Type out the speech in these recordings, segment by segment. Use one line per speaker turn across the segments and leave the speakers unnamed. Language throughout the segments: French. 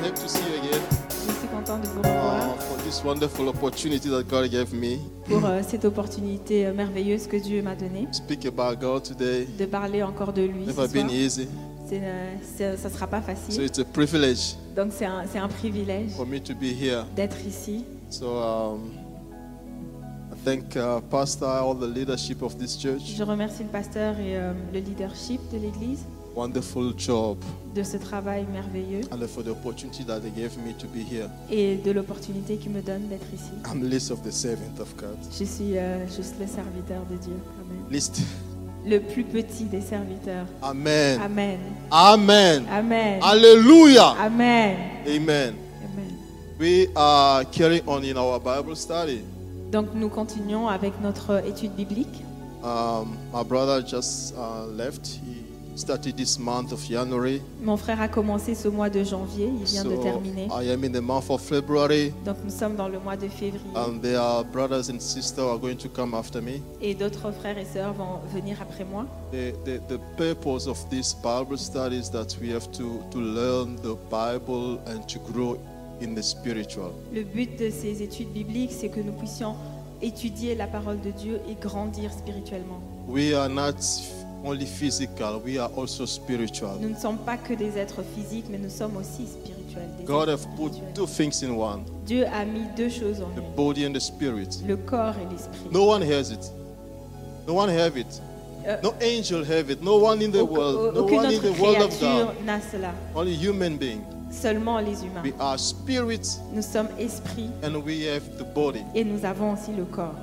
Great to see you again
Je suis contente de vous
uh,
revoir
for this wonderful opportunity that God gave me.
pour euh, cette opportunité euh, merveilleuse que Dieu m'a donnée
Speak about God today.
de parler encore de lui. ce
Never been
soir.
easy.
C'est, euh, c'est- ça ne sera pas
So
facile.
it's a privilege
Donc c'est un, c'est un privilège
for me to be here.
d'être ici.
So um, I thank uh, Pastor, all the leadership of this church.
Je remercie le pasteur et euh, le leadership de l'Église
Wonderful job
de ce travail merveilleux
and for the opportunity that they gave me to be here.
et de l'opportunité qu'il me donne d'être ici.
I'm least of the servant of God.
Je suis euh, juste le serviteur de Dieu. Amen.
Least.
Le plus petit des serviteurs.
Amen.
Amen.
Amen.
Amen.
Hallelujah.
Amen.
Amen.
Amen.
We are carrying on in our Bible study.
Donc nous continuons avec notre étude biblique.
Um, my brother just uh, left. He started this month of January.
Mon frère a commencé ce mois de janvier, il vient de terminer.
I am in the month of February,
Donc nous sommes dans le mois de février
and there are brothers and sisters who are going to come after me.
et d'autres frères et sœurs vont venir après moi.
The, the, the purpose of this Bible study is that we have to, to learn the Bible and to grow in the spiritual.
Le but de ces études bibliques, c'est que nous puissions étudier la parole de Dieu et grandir spirituellement.
We are not only physical, we are also
Nous
spiritual.
ne sommes pas que des êtres physiques, mais nous sommes aussi spirituels. des
God
êtres
have put
spirituels.
two things in one
Dieu a mis deux choses en
the
nous,
body and the spirit.
le corps et l'esprit.
No one hears it. No one have it.
Euh,
No angel have it. No one in the
Auc-
world. No
aucune
one in
autre
the world of God.
créature n'a cela,
Only human being.
seulement les humains.
We are spirit
Nous sommes esprits
and we have the body.
et nous avons aussi le corps.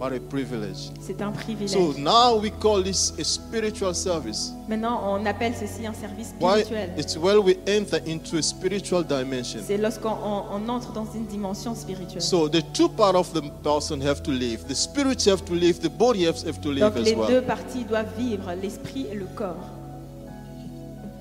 What a privilege.
C'est un privilège.
So now we call this a spiritual service.
Maintenant, on appelle ceci un service
Why?
spirituel.
It's when we enter into a spiritual dimension.
C'est lorsqu'on on- on entre dans une dimension spirituelle.
So the two part of the person have to live. The spirit have to live. The body have, have to
Donc
live as
les deux
well.
parties doivent vivre, l'esprit et le corps.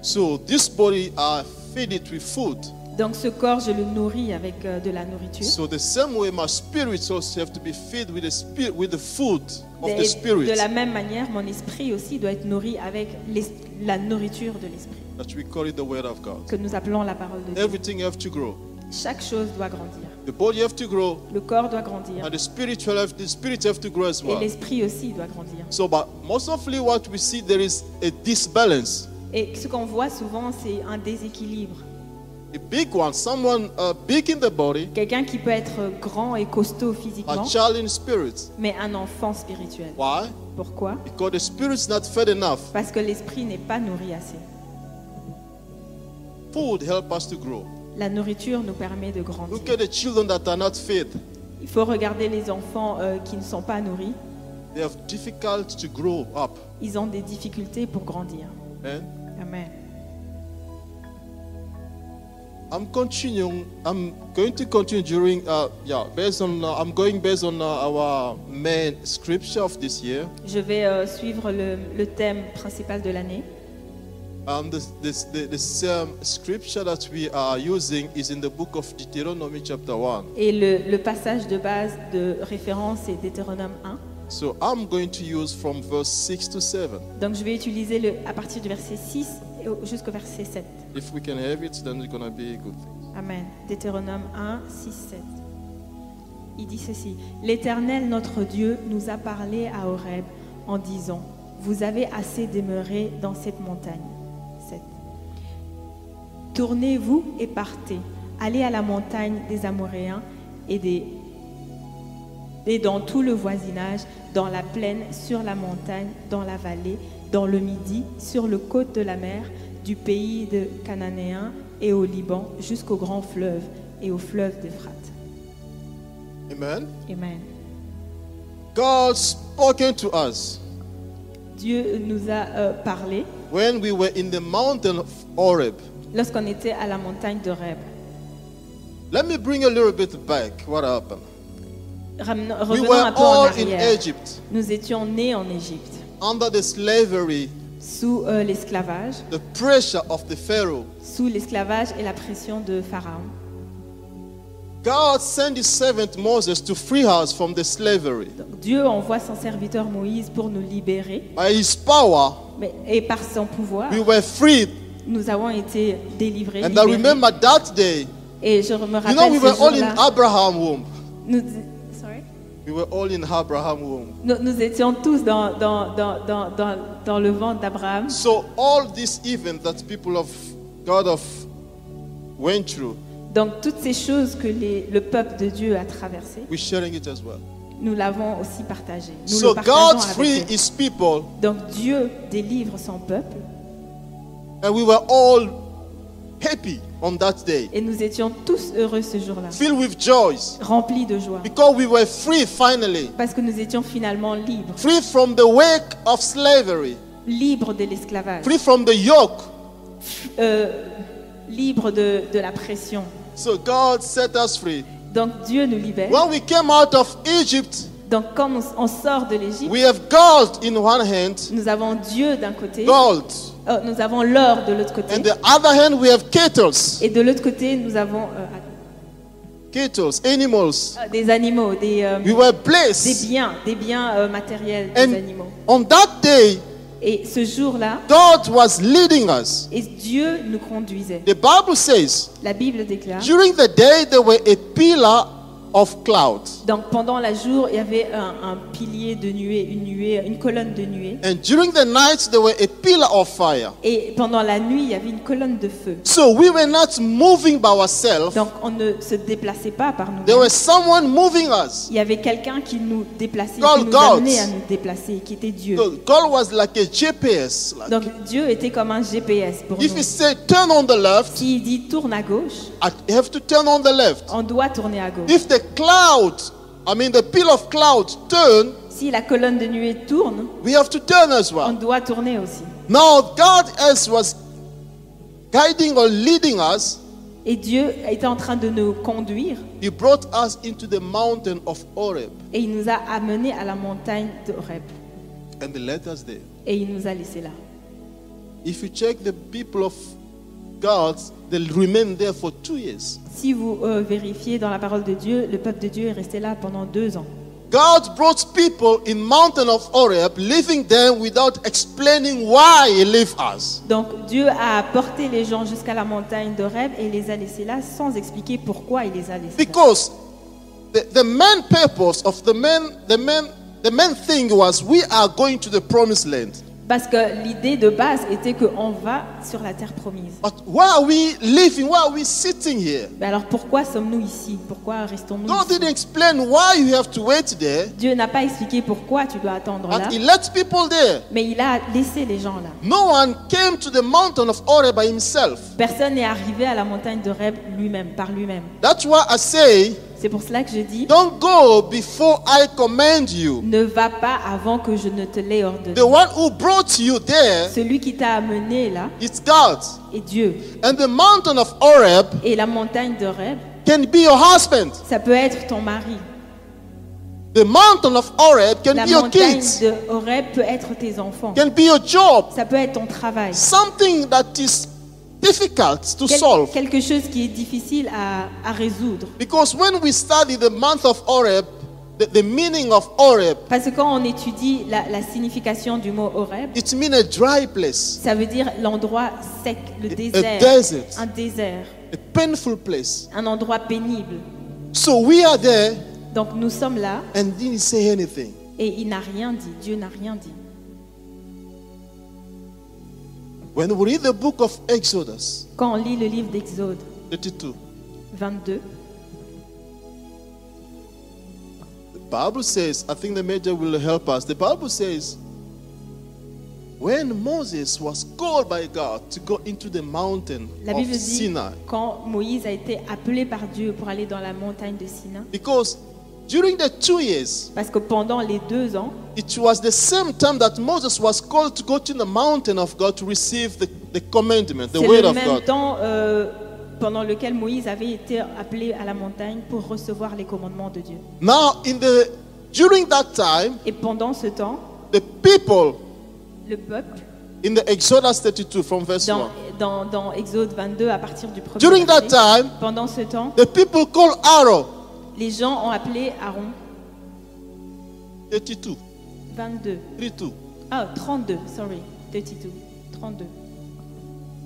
So this body I feed it with food.
Donc ce corps, je le nourris avec euh, de la nourriture.
So the same way my spirits also have to be filled with the spirit with the food of the
Et
spirit
de la même manière, mon esprit aussi doit être nourri avec l'es- la nourriture de l'esprit,
that we call it the word of God.
que nous appelons la parole de Dieu.
Everything have to grow.
Chaque chose doit grandir.
The body have to grow
Le corps doit grandir
and the spiritual have the spirit have to grow as
et
well.
l'esprit aussi doit grandir.
So but most often what we see there is a disbalance.
Et ce qu'on voit souvent, c'est un déséquilibre.
A big one, someone uh, big in the body,
Quelqu'un qui peut être grand et costaud
a
physiquement,
child in spirit.
mais un enfant spirituel.
Why?
Pourquoi
Because the spirit's not fed enough.
Parce que l'esprit n'est pas nourri assez.
Food help us to grow.
La nourriture nous permet de
Look
grandir.
at the children that are not fed.
Il faut regarder les enfants euh, qui ne sont pas nourris.
They have difficult to grow up.
Ils ont des difficultés pour grandir.
Eh?
Amen.
I'm continuing. I'm going to continue during. Uh, yeah, based on. Uh, I'm going based on uh, our main scripture of this year.
Je vais euh, suivre le, le thème principal de l'année.
Um, this, this the, the same scripture that we are using is in the book of Deuteronomy chapter one.
Et le, le passage de base de référence est Deutéronome 1.
So I'm going to use from verse six to seven.
Donc je vais utiliser le, à partir du verset 6 et au- jusqu'au verset 7.
If we can have it, then it's gonna be a good thing.
Amen. Deutéronome 1, 6, 7. Il dit ceci. L'Éternel notre Dieu nous a parlé à Horeb en disant, vous avez assez demeuré dans cette montagne. 7. Tournez-vous et partez. Allez à la montagne des Amoréens et des et dans tout le voisinage, dans la plaine, sur la montagne, dans la vallée, dans le midi, sur le côte de la mer, du pays de Cananéens et au Liban, jusqu'au grand fleuve, et au fleuve d'Euphrate.
Amen.
Amen.
God spoken to us
Dieu nous a euh, parlé
when we were in the mountain of Oreb.
lorsqu'on était à la montagne de Reb.
Let me bring a little bit back what happened.
Ramenons-
We
Revenons
were
un peu en
all in
arrière.
Egypt
Nous étions nés en Égypte,
under the slavery,
sous euh, l'esclavage,
the pressure of the Pharaoh.
sous l'esclavage et la pression de Pharaon.
God sent his servant Moses to free us from the slavery.
Donc, Dieu envoie son serviteur Moïse pour nous libérer,
By his power,
mais, et par son pouvoir,
we were freed.
nous avons été délivrés.
And I
libérés.
remember that day,
Et je me
you know,
rappelle
we
ce
were all in
jour-là,
Abraham womb.
nous, Sorry?
We were all in Abraham womb.
Nous- nous étions tous dans, dans, dans, dans, dans, dans le ventre d'Abraham.
So all this event that people of God of went through,
Donc toutes ces choses que les- le peuple de Dieu a traversées,
we're sharing it as well.
nous l'avons aussi partagé. Nous
So
le partageons
God
avec
free
eux.
his people,
Donc Dieu délivre son peuple
and we were all happy on that day,
et nous étions tous heureux ce jour-là,
filled with joys,
remplis de joie,
because we were free finally,
parce que nous étions finalement libres,
free from the wake of slavery,
libres de l'esclavage,
free from the yoke.
euh, libres de, de la pression.
So God set us free.
Donc Dieu nous libère.
When we came out of Egypt,
Donc quand on, on sort de l'Égypte,
we have gold in one hand,
nous avons Dieu d'un côté,
gold,
euh, nous avons l'or de l'autre côté,
and the other hand we have cattle,
et de l'autre côté nous avons euh,
cattle, animals.
euh, des animaux, des euh,
We were
des
blessed.
biens, des biens euh, matériels, des
And
animaux.
on that day,
Et ce jour-là,
God was leading us.
et Dieu nous conduisait.
The Bible says,
La Bible déclare.
during the day there were a pillar of cloud,
Donc pendant la jour, il y avait un, un pilier de nuée, une nuée, une colonne de nuée.
and during the night there were a pillar of fire.
Et pendant la nuit, il y avait une colonne de feu.
So we were not moving by ourselves.
Donc on ne se déplaçait pas par nous.
There was someone moving us.
Il y avait quelqu'un qui nous déplaçait,
God,
qui nous
God.
amenait à nous déplacer, qui était Dieu.
So God was like a GPS. like-
Donc Dieu était comme un GPS pour
If
nous.
you say turn on the left,
S'il dit tourne à gauche,
I have to turn on the left.
on doit tourner à gauche.
If the cloud, I mean the pillar of cloud, turn,
Si la colonne de nuée tourne,
we have to turn as
on
well.
doit tourner aussi.
Now God as was guiding or leading us,
Et Dieu était en train de nous conduire
He brought us into the mountain of Oreb
et il nous a amenés à la montagne de Horeb.
and He led us there.
Et il nous a laissés là.
If you check the people of God, they remain there for two years.
Si vous euh, vérifiez dans la parole de Dieu, le peuple de Dieu est resté là pendant deux ans.
God brought people in mountain of Oreb, leaving them without explaining why He left us.
Donc Dieu a apporté les gens jusqu'à la montagne de rêve et les a laissés là sans expliquer pourquoi il les a laissés là.
Because the, the main purpose of the main the main the main thing was we are going to the promised land.
Parce que l'idée de base était qu'on va sur la terre promise.
But why are we living? Why are we sitting here?
Mais alors pourquoi sommes-nous ici Pourquoi restons-nous
God
ici
didn't explain why you have to wait there,
Dieu n'a pas expliqué pourquoi tu dois attendre là,
and He lets people there.
mais il a laissé les gens là.
No one came to the mountain of Oreb by himself.
Personne n'est arrivé à la montagne de rêve lui-même, par lui-même.
That's why I say,
C'est pour cela que je dis,
don't go before I command you.
ne va pas avant que je ne te l'ai ordonné.
The one who brought you there
Celui qui t'a amené là
is God,
est Dieu.
and the mountain of Oreb
Et la montagne de rêve,
can be your husband.
ça peut être ton mari.
The mountain of Oreb can
La
be your
montagne
kids,
de Horeb peut être tes enfants.
can be your job,
Ça peut être ton travail.
something that is difficult to
Quel-
solve.
quelque chose qui est difficile à, à résoudre.
Because when we study the month of Oreb, the, the meaning of Oreb,
Parce que quand on étudie la, la signification du mot Horeb,
it means a dry place,
ça veut dire l'endroit sec, le
A- a
désert,
desert.
un désert,
a painful place.
un endroit pénible.
So we are there
Donc nous sommes là
and didn't say anything.
et il n'a rien dit, Dieu n'a rien dit.
When we read the book of Exodus
Quand on lit le livre d'Exode
32,
22,
the Bible says, I think the major will help us. The Bible says, When Moses was called by God to go into the mountain
La
of
Bible dit
Sinai,
quand Moïse a été appelé par Dieu pour aller dans la montagne de Sina,
because during the two years,
parce que pendant les deux ans,
it was the same time that Moses was called to go to the mountain of God to receive the, the commandment, the
c'est
word
le
of
même
God.
temps euh, pendant lequel Moïse avait été appelé à la montagne pour recevoir les commandements de Dieu.
Now, in the during that time,
Et pendant ce temps,
the people
le peuple,
in the Exodus 32 from verse
dans,
1.
dans, dans Exode 22 à partir du premier
During that
verset,
time,
pendant ce temps,
the people called Aaron
les gens ont appelé Aaron
32,
22.
32.
Ah, 32, sorry, 32, 32.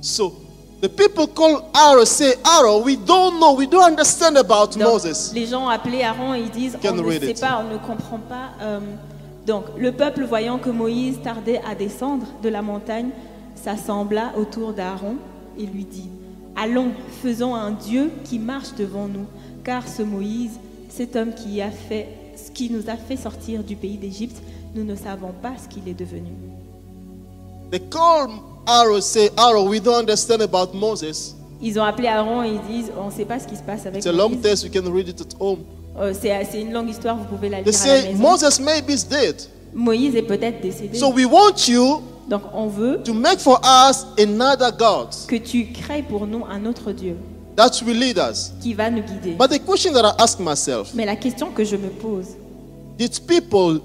So the people call Aaron, say, Aaron, we don't know, we don't understand about
Donc,
Moses.
Les gens ont appelé Aaron et ils disent
Can
on ne
read
sait
it.
pas, on ne comprend pas. Euh, donc le peuple voyant que Moïse tardait à descendre de la montagne s'assembla autour d'Aaron et lui dit Allons, faisons un Dieu qui marche devant nous, car ce Moïse, cet homme qui a fait ce qui nous a fait sortir du pays d'Égypte, nous ne savons pas ce qu'il est devenu.
They call Aaron, say, Aaron, we don't understand about Moses.
Ils ont appelé Aaron et ils disent on ne sait pas ce qui se passe avec
It's a long
Moïse.
text, you can read it at home.
Euh, c'est c'est une longue histoire, vous pouvez la
They
lire à la
say,
maison.
Moses maybe is dead.
Moïse est peut-être décédé.
So we want you
Donc on veut
to make for us another God
que tu crées pour nous un autre Dieu
that will lead us.
qui va nous guider.
But the question that I ask myself,
Mais la question que je me pose,
did people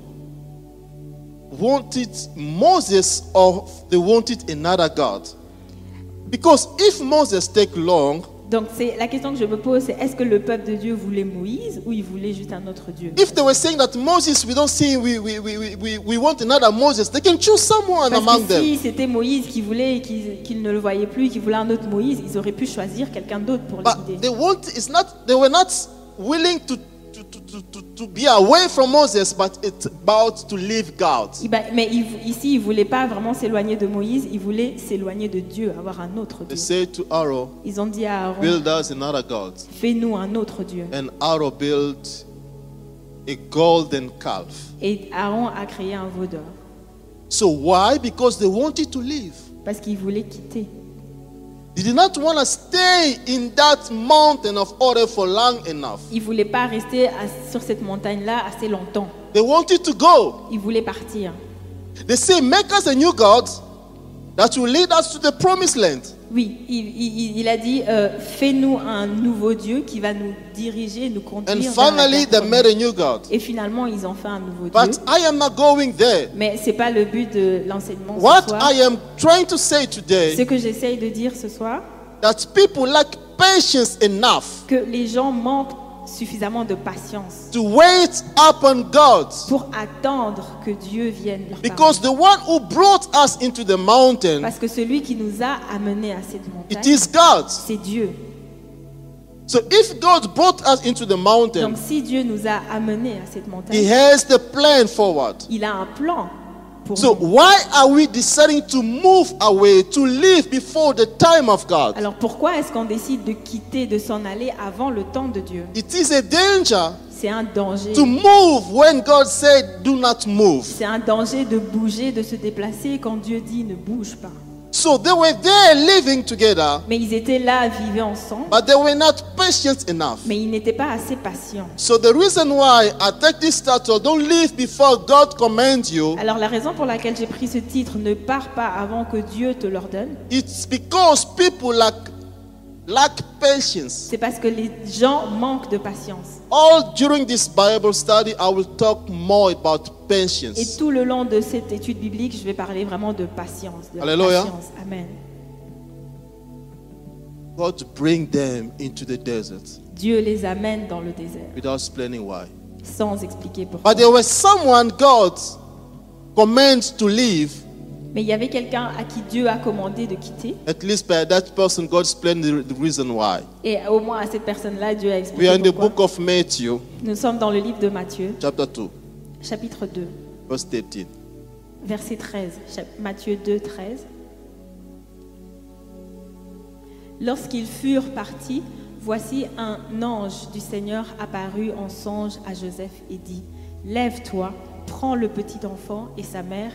wanted Moses or they wanted another God? Because if Moses take long,
donc c'est la question que je me pose, c'est est-ce que le peuple de Dieu voulait Moïse ou il voulait juste un autre Dieu
If they were saying that Moses, we don't see, we, we, we, we- we, we want another Moses, they can choose someone
Parce
among
que si
them.
c'était Moïse qui voulait et qu'il qu'il ne le voyait plus, qu'il voulait un autre Moïse, ils auraient pu choisir quelqu'un d'autre pour le
But
guider.
they want, it's not, they were not willing to, to, to, to, to, to be away from Moses, but it's about to leave God.
Eh ben, Mais il- ici, ils ne voulaient pas vraiment s'éloigner de Moïse, ils voulaient s'éloigner de Dieu, avoir un autre
They
Dieu.
said to Aaron,
Ils ont dit à Aaron,
build us another God.
fais-nous un autre Dieu.
And Aaron built a golden calf.
Et Aaron a créé un veau d'or
So why? Because they wanted to leave.
parce qu'il voulait quitter.
They did not want to stay in that mountain of order for long enough.
Ils ne voulaient pas rester à- sur cette montagne-là assez longtemps.
They wanted to go.
Ils voulaient partir.
They say, Make us a new God that will lead us to the promised land.
Oui, il, il- il- il a dit euh, Fais-nous un nouveau Dieu qui va nous diriger, nous conduire.
And
vers
finally, they
la terre
made a new God.
promise. Et finalement, ils ont fait un nouveau
But
Dieu.
I am not going there.
Mais ce n'est pas le but de l'enseignement. ce
What
soir.
I am trying to say
Ce
today
que j'essaye de dire ce soir,
that people lack patience enough
que les gens manquent suffisamment de patience
to wait upon God.
pour attendre que Dieu vienne. leur
Because
parler.
the one who brought us into the mountain,
Parce que celui qui nous a amenés à cette
it
montagne,
is God.
c'est Dieu.
So if God brought us into the
Donc
mountain,
si Dieu nous a amenés à cette montagne,
He has the plan forward.
Il a un plan pour
So
nous.
why are we deciding to move away, to leave before the time of God?
Alors pourquoi est-ce qu'on décide de quitter, de s'en aller avant le temps de Dieu
It is a danger
C'est un danger.
to move when God said, Do not move.
C'est un danger de bouger, de se déplacer quand Dieu dit ne bouge pas.
So they were there living together,
Mais ils étaient là, vivaient ensemble,
but they were not patient enough.
mais ils n'étaient pas assez patients.
So the reason why I take this title, Don't leave before God commands you,
Alors la raison pour laquelle j'ai pris ce titre, ne pars pas avant que Dieu te l'ordonne,
it's because people lack, lack patience.
c'est parce que les gens manquent de patience.
All during this Bible study, I will talk more about
Et
patience.
tout le long de cette étude biblique, je vais parler vraiment de patience. De la
Alléluia.
patience. Amen.
God bring them into the desert
Dieu les amène dans le désert,
without explaining why.
sans expliquer pourquoi.
But there was someone God commands to leave.
Mais il y avait quelqu'un à qui Dieu a commandé de quitter.
At least by that person, God explained the, the reason why.
Et au moins à cette personne-là, Dieu a
We are in
expliqué
the
pourquoi.
book of Matthew,
Nous sommes dans le livre de Matthieu,
chapter 2,
chapitre 2,
verse 13.
verset 13. Chap- Matthieu 2, 13. Lorsqu'ils furent partis, voici un ange du Seigneur apparut en songe à Joseph et dit, Lève-toi, prends le petit enfant et sa mère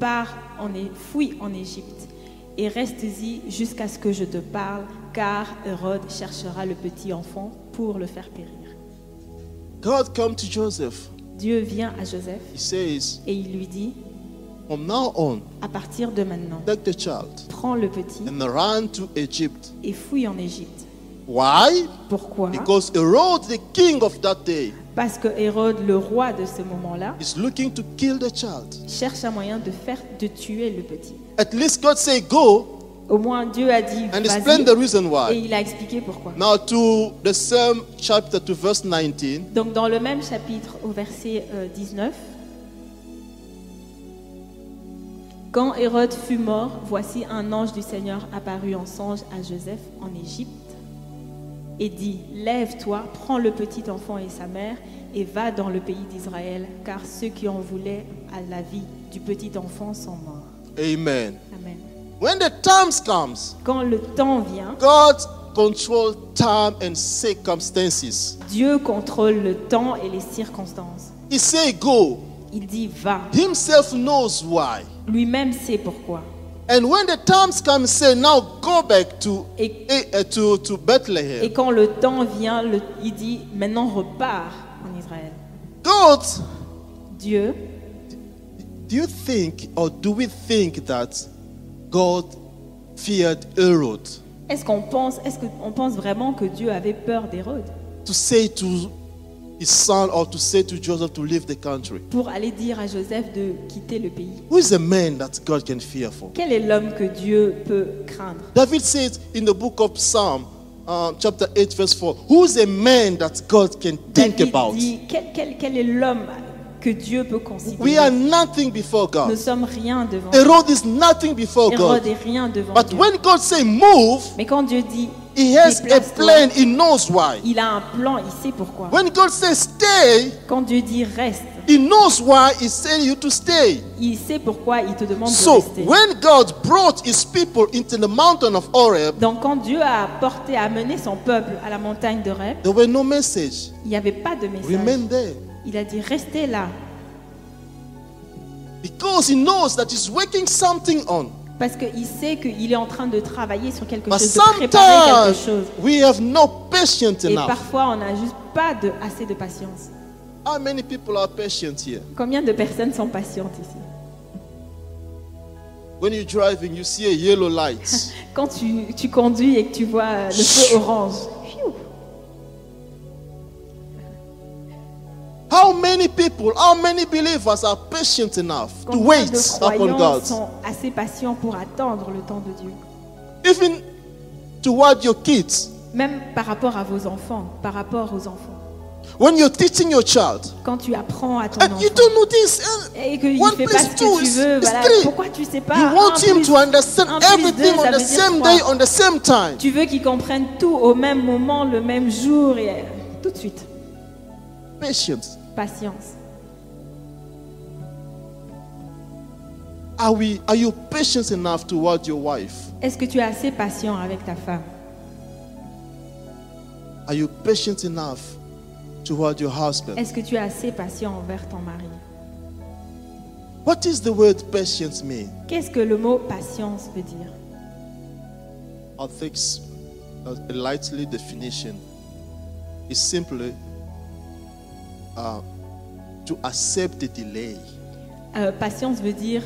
pars en É- fuis en Égypte et reste-y jusqu'à ce que je te parle, car Hérode cherchera le petit enfant pour le faire périr.
God come to Joseph.
Dieu vient à Joseph
He says,
et il lui dit,
From now on,
à partir de maintenant,
take the child
prends le petit
and run to Egypt.
et fouille en Égypte.
Why?
Pourquoi
Because Herod, the king of that day,
Parce que Hérode, le roi de ce moment-là,
is looking to kill the child.
cherche un moyen de faire, de tuer le petit.
At least God say go
Au moins Dieu a dit,
and explain the
vas-y,
reason
et
why.
il a expliqué pourquoi.
Now to the same chapter to verse 19.
Donc dans le même chapitre au verset euh, 19, quand Hérode fut mort, voici un ange du Seigneur apparut en songe à Joseph en Égypte et dit, lève-toi, prends le petit enfant et sa mère et va dans le pays d'Israël, car ceux qui en voulaient à la vie du petit enfant sont morts.
Amen.
Amen.
When the times comes,
Quand le temps vient,
God control time and circumstances.
Dieu contrôle le temps et les circonstances.
He say go.
Il dit, va.
Himself knows why.
Lui-même sait pourquoi.
And when the times come, he say now go back to
Et-
eh, eh, to to
Et
Bethlehem.
quand le temps vient, le- il dit maintenant repars en Israël.
God,
Dieu,
do you think or do we think that God feared Herod
est-ce qu'on pense, est-ce qu'on pense vraiment que Dieu avait peur d'Hérode
to say to his son or to say to Joseph to leave the country?
pour aller dire à Joseph de quitter le pays
Who is the man that God can fear for?
Quel est l'homme que Dieu peut craindre
David says in the book of Psalm, uh, chapter 8, verse 4, who's a man that God can think
David
about?
dit, quel, quel- quel est l'homme que Dieu peut
We are
considérer
nothing before
Nous
God.
sommes rien devant Dieu.
Herod is nothing before
Hérode
God.
est rien devant
But
Dieu.
when God say move,
Mais quand Dieu dit
he has a
déplace-toi,
plan, he knows why.
il a un plan, il sait pourquoi.
When God says stay,
Quand Dieu dit reste,
he knows why he said you to stay.
il sait pourquoi il te demande de
So
rester.
when God brought his people into the mountain of Oreb,
Donc quand Dieu a apporté, a amené son peuple à la montagne de Rêve,
there were no message.
il n'y avait pas de message.
Remain there.
Il a dit restez là,
Because he knows that he's working something on.
parce qu'il sait qu'il est en train de travailler sur quelque
But
chose, de préparer quelque
sometimes
chose.
we have no patience
Et
enough.
parfois on n'a juste pas de, assez de patience.
How many people are patient here?
Combien de personnes sont patientes ici
When you're driving, you see a yellow light.
Quand tu, tu conduis et que tu vois euh, le feu orange, pfiou,
how many people, how many believers are patient enough to
combien
wait
de
upon
croyants
God?
sont assez patients pour attendre le temps de Dieu
Even toward your kids.
Même par rapport à vos enfants, par rapport aux enfants.
When you're teaching your child,
Quand tu apprends à ton
and
enfant.
you don't know this, eh?
et qu'il
One
fait pas
plus
ce
two
que tu
is-
veux,
is
voilà.
three.
pourquoi tu sais pas
you want
un
him
plus-
to understand
un plus
everything
deux,
on
ça
the
veut dire
same
trois.
day, on the same time.
Tu veux qu'il comprenne tout au même moment, le même jour et euh, tout de suite.
Patience.
Patience.
Are we? Are you patient enough toward your wife?
Est-ce que tu es assez patient avec ta femme
Are you patient enough toward your husband?
Est-ce que tu es assez patient envers ton mari
What is the word patience mean?
Qu'est-ce que le mot patience veut dire
I think s- a a lightly definition is simply uh, to accept the delay.
Euh, Patience veut dire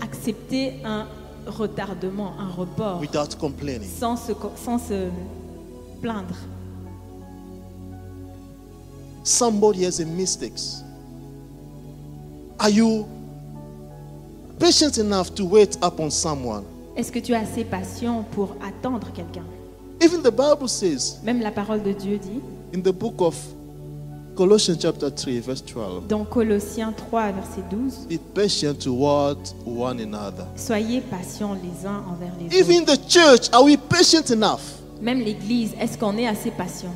accepter un retardement, un report,
without complaining.
sans se, co- sans se plaindre.
Somebody has a mistakes. Are you patient enough to wait upon someone?
Est-ce que tu es assez patient pour attendre quelqu'un
Even the Bible says
Même la parole de Dieu dit
in the book of Colossians chapter 3 verse 12,
Dans Colossiens 3, verset 12,
be patient toward one another.
Soyez patients les uns envers les autres.
Even the church, are we patient enough?
Même l'Église, est-ce qu'on est assez patient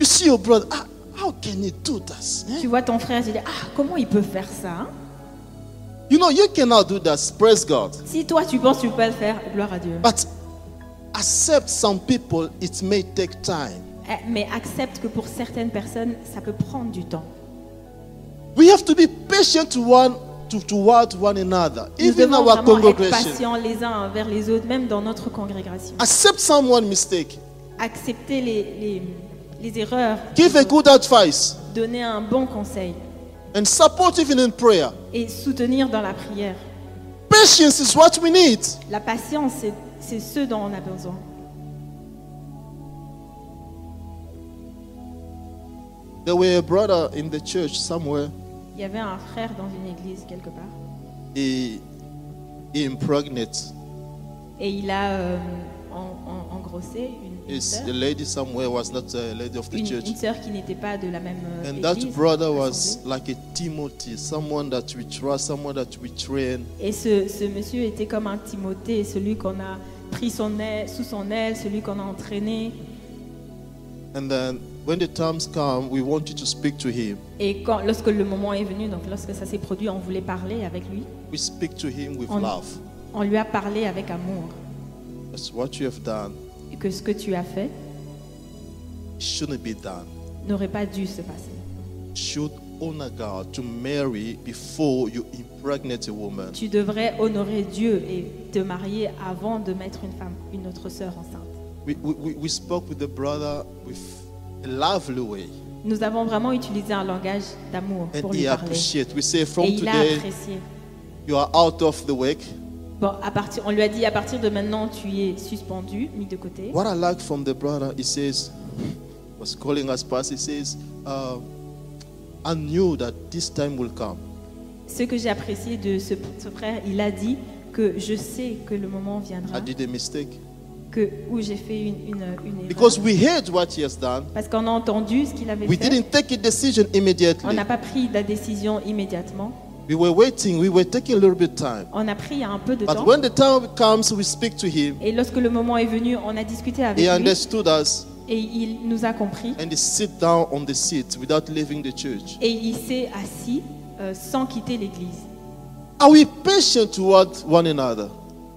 You see your brother, ah, how can he do this? Eh?
Tu vois ton frère, tu dis, ah, comment il peut faire ça hein?
You know, you cannot do that, praise God.
Si toi, tu penses que tu peux le faire, gloire à Dieu.
But accept some people, it may take time.
Eh, Mais accepte que pour certaines personnes, ça peut prendre du temps.
We have to be patient to one to, toward one another,
Nous
even
devons
our
vraiment être
congregation.
patients les uns envers les autres, même dans notre congrégation.
Accept someone's mistake.
Accepter les, les, les erreurs,
Give a good advice
donner un bon conseil
and support even in prayer.
et soutenir dans la prière.
Patience is what we need.
La patience, c'est- c'est ce dont on a besoin.
There were a brother in the church somewhere.
Il y avait un frère dans une église quelque part
He, he impregnated
et il a euh, en- en- engrossé une, une
his
sœur,
a lady somewhere was not a lady of the
une-
church.
une sœur qui n'était pas de la même euh,
And
église,
that brother
assemblée.
was like a Timothy, someone that we trust, someone that we train.
Et ce, ce monsieur était comme un Timothée, celui qu'on a pris son aile- sous son aile, celui qu'on a entraîné.
And then when the times come, we want you to speak to him.
Et quand, lorsque le moment est venu, donc lorsque ça s'est produit, on voulait parler avec lui.
We speak to him with
On-
love.
On lui a parlé avec amour.
That's what you have done.
Et que ce que tu as fait
It shouldn't be done.
n'aurait pas dû se passer.
should honor God to marry before you impregnate a woman.
Tu devrais honorer Dieu et te marier avant de mettre une femme, une autre sœur enceinte.
We, we, we- we spoke with the brother with a lovely way,
Nous avons vraiment utilisé un langage d'amour pour
and
lui
he
parler.
appreciates. We say
Et
from
il a
today
apprécié.
you are out of the work.
Bon, à partir, on lui a dit à partir de maintenant, tu es suspendu, mis de côté.
What I like from the brother, he says, was calling us past. He says, uh, I knew that this time will come.
Ce que j'ai apprécié de ce, ce frère, il a dit que je sais que le moment viendra
I did a mistake
que, où j'ai fait une, une, une erreur.
because we heard what he has done.
Parce qu'on a entendu ce qu'il avait
We
fait.
didn't take a decision
On
immediately.
n'a pas pris la décision immédiatement.
We were waiting. We were taking a little bit time.
On a pris un peu de
But
temps.
when the time comes, we speak to him.
Et lorsque le moment est venu, on a discuté avec
He
lui
understood us
et il nous a compris.
and he sit down on the seat without leaving the church.
Et il s'est assis euh, sans quitter l'église.
Are we patient toward one another?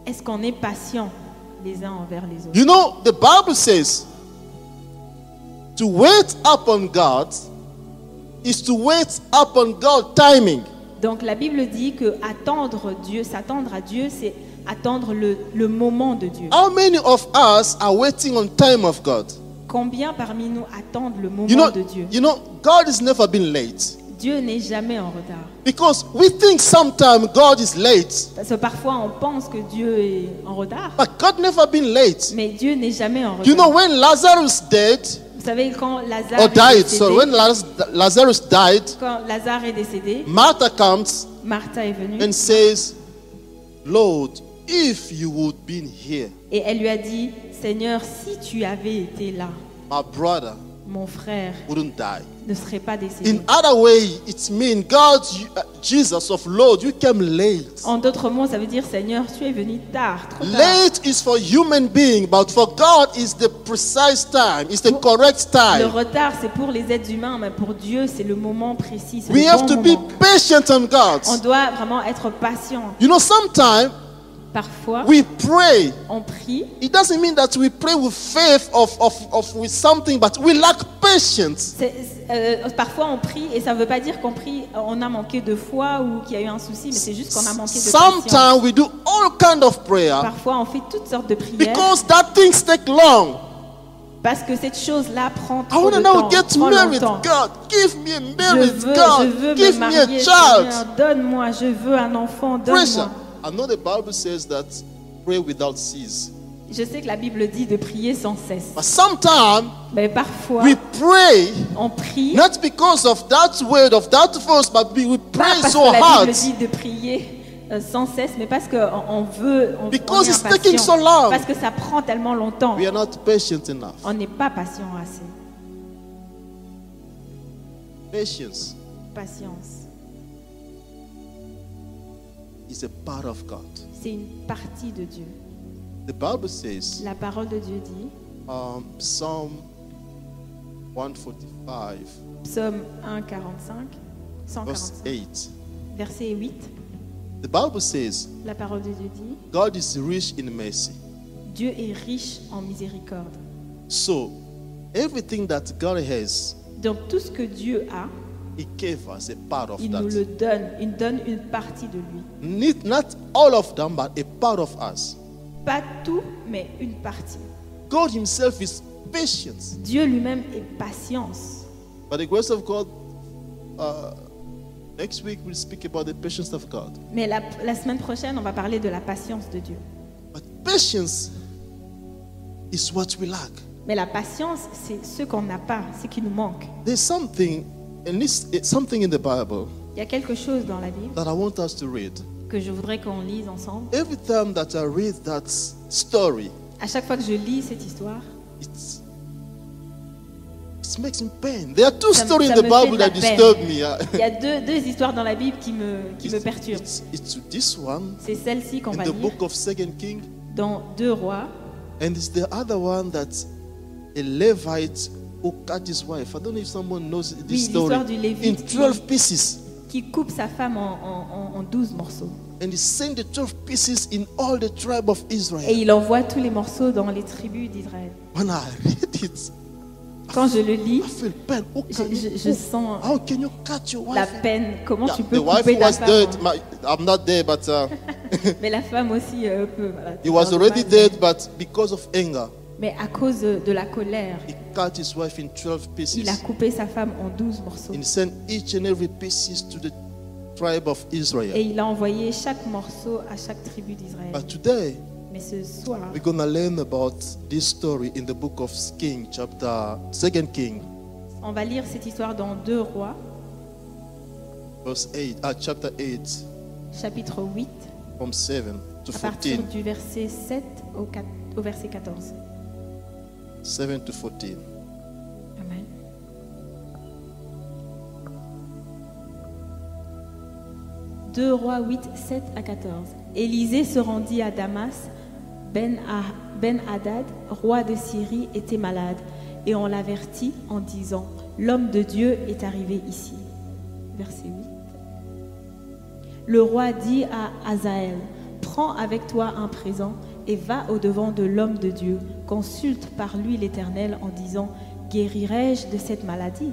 Est-ce qu'on est patient les uns envers les autres
You know, the Bible says to wait upon God is to wait upon God timing.
Donc la Bible dit que attendre Dieu, s'attendre à Dieu, c'est attendre le, le moment de Dieu.
How many of us are waiting on time of God?
Combien parmi nous attendent le moment
You know,
de Dieu
you know, God has never been late
Dieu n'est jamais en retard.
because we think sometimes God is late,
Parce que parfois on pense que Dieu est en retard,
but God never been late.
mais Dieu n'est jamais en retard.
You know, when Lazarus dead
Vous savez quand Lazare
or
est
died,
décédé,
so when Laz- Lazarus died,
quand Lazare est décédé,
Martha comes
Martha est venue
and says, Lord, if you would been here,
et elle lui a dit Seigneur, si tu avais été là,
my brother
mon frère
wouldn't die.
ne serait pas décédé.
In other way, it means God, you- uh, Jesus of Lord, you came late.
En d'autres mots, ça veut dire Seigneur, tu es venu tard, trop tard.
Late is for human being, but for God is the precise time, it's the correct
Le
time.
retard, c'est pour les êtres humains, mais pour Dieu, c'est le moment précis. c'est
We
le
have
bon
to be
moment.
patient on God.
On doit vraiment être patient.
You know, sometimes
Parfois,
we pray.
on prie.
It doesn't mean that we pray with faith of, of, of with something, but we lack patience.
C'est- euh, parfois, on prie et ça ne veut pas dire qu'on prie, euh, on a manqué de foi ou qu'il y a eu un souci, mais c'est juste qu'on a manqué de patience.
Sometimes we do all kind of prayer
Parfois, on fait toutes sortes de prières
because that things take long.
parce que cette chose-là prend
I
trop
want
de
to now
temps.
get
prend
married,
longtemps.
God. Give me a
Je
marriage,
veux, je veux
God. Give me
me
a
marier, Seigneur,
child.
donne-moi, je veux un enfant,
Pressure.
donne-moi.
I know the Bible says that pray without cease,
Je sais que la Bible dit de prier sans cesse,
but sometimes
mais parfois,
we pray
on prie
not because of that word of that verse, but we we
pas
pray
parce
so
que la
hard.
Bible dit de prier euh, sans cesse, mais parce qu'on on veut, on,
Because
on est
it's
impatient.
taking so long.
parce que ça prend tellement longtemps.
We are not patient enough.
On n'est pas patient assez.
Patience
Patience,
is a part of God.
c'est une partie de Dieu.
The Bible says,
La parole de Dieu dit,
um, Psalm 145.
Psaume 1, 45, 145,
verse 8.
verset 8,
The Bible says,
la parole de Dieu dit,
God is rich in mercy.
Dieu est riche en miséricorde.
So, everything that God has,
Donc tout ce que Dieu a,
He gave us a part of
Il nous le
that.
donne. Il donne une partie de lui.
Need- Not all of them, but a part of us.
Pas tout, mais une partie.
God Himself is patience.
Dieu lui-même est patience.
By the grace of God, uh, next week we'll speak about the patience of God.
Mais la, la semaine prochaine, on va parler de la patience de Dieu.
But patience is what we lack.
Mais la patience, c'est ce qu'on n'a pas, ce qui nous manque.
There's something, and this it's something in the Bible
Il y a quelque chose dans la Bible
that I want us to read.
que je voudrais qu'on lise ensemble.
Every time that I read that story,
À chaque fois que je lis cette histoire,
it's it makes me pain. There are two
Ça me-
stories in
ça
the
me fait
Bible
de la
that
peine.
disturb me. uh,
il y a deux, deux histoires dans la Bible qui me, qui me
it's,
perturbent.
it's, it's this one
C'est celle-ci qu'on
in
va
the
lire
book of Second King,
dans Deux Rois.
and it's the other one that a Levite who cut his wife. I don't know if someone knows
Oui,
this story.
l'histoire du Lévite
In
qui-
12 pieces.
qui coupe sa femme en, en, en- en 12 morceaux.
And he sent the 12 pieces in all the tribe of
Et
Israel.
il envoie tous les morceaux dans les tribus d'Israël.
When I read it,
Quand je le lis,
I feel pain. Who
je,
can you-
je- je sens
How can you cut your
la
wife?
peine. Comment
Yeah,
tu peux
the wife
couper ta
was
femme
dead.
en-
My, I'm not there, but uh,
Mais la femme aussi euh, peut. voilà,
he was
faire du
already
mal.
dead. But because of anger,
Mais à cause de la colère,
he cut his wife in 12
il a
pieces
coupé sa femme en 12 morceaux.
and sent each and every pieces to the tribe of
Et
Israel.
il a envoyé chaque morceau à chaque tribu d'Israël.
But today,
Mais ce soir,
we're gonna learn about this story in the book of King, chapter Second King,
on va lire cette histoire dans Deux Rois,
verse eight, uh, chapter eight,
chapitre 8,
from seven to
à partir
14.
du verset 7 au, quat- au verset 14.
7 to 14.
Amen. Deux rois 8, 7 à 14. Élisée se rendit à Damas. Ben, Ah- Ben Hadad, roi de Syrie, était malade et on l'avertit en disant L'homme de Dieu est arrivé ici. Verset 8. Le roi dit à Azaël, prends avec toi un présent et va au devant de l'homme de Dieu, consulte par lui l'Éternel en disant, guérirai-je de cette maladie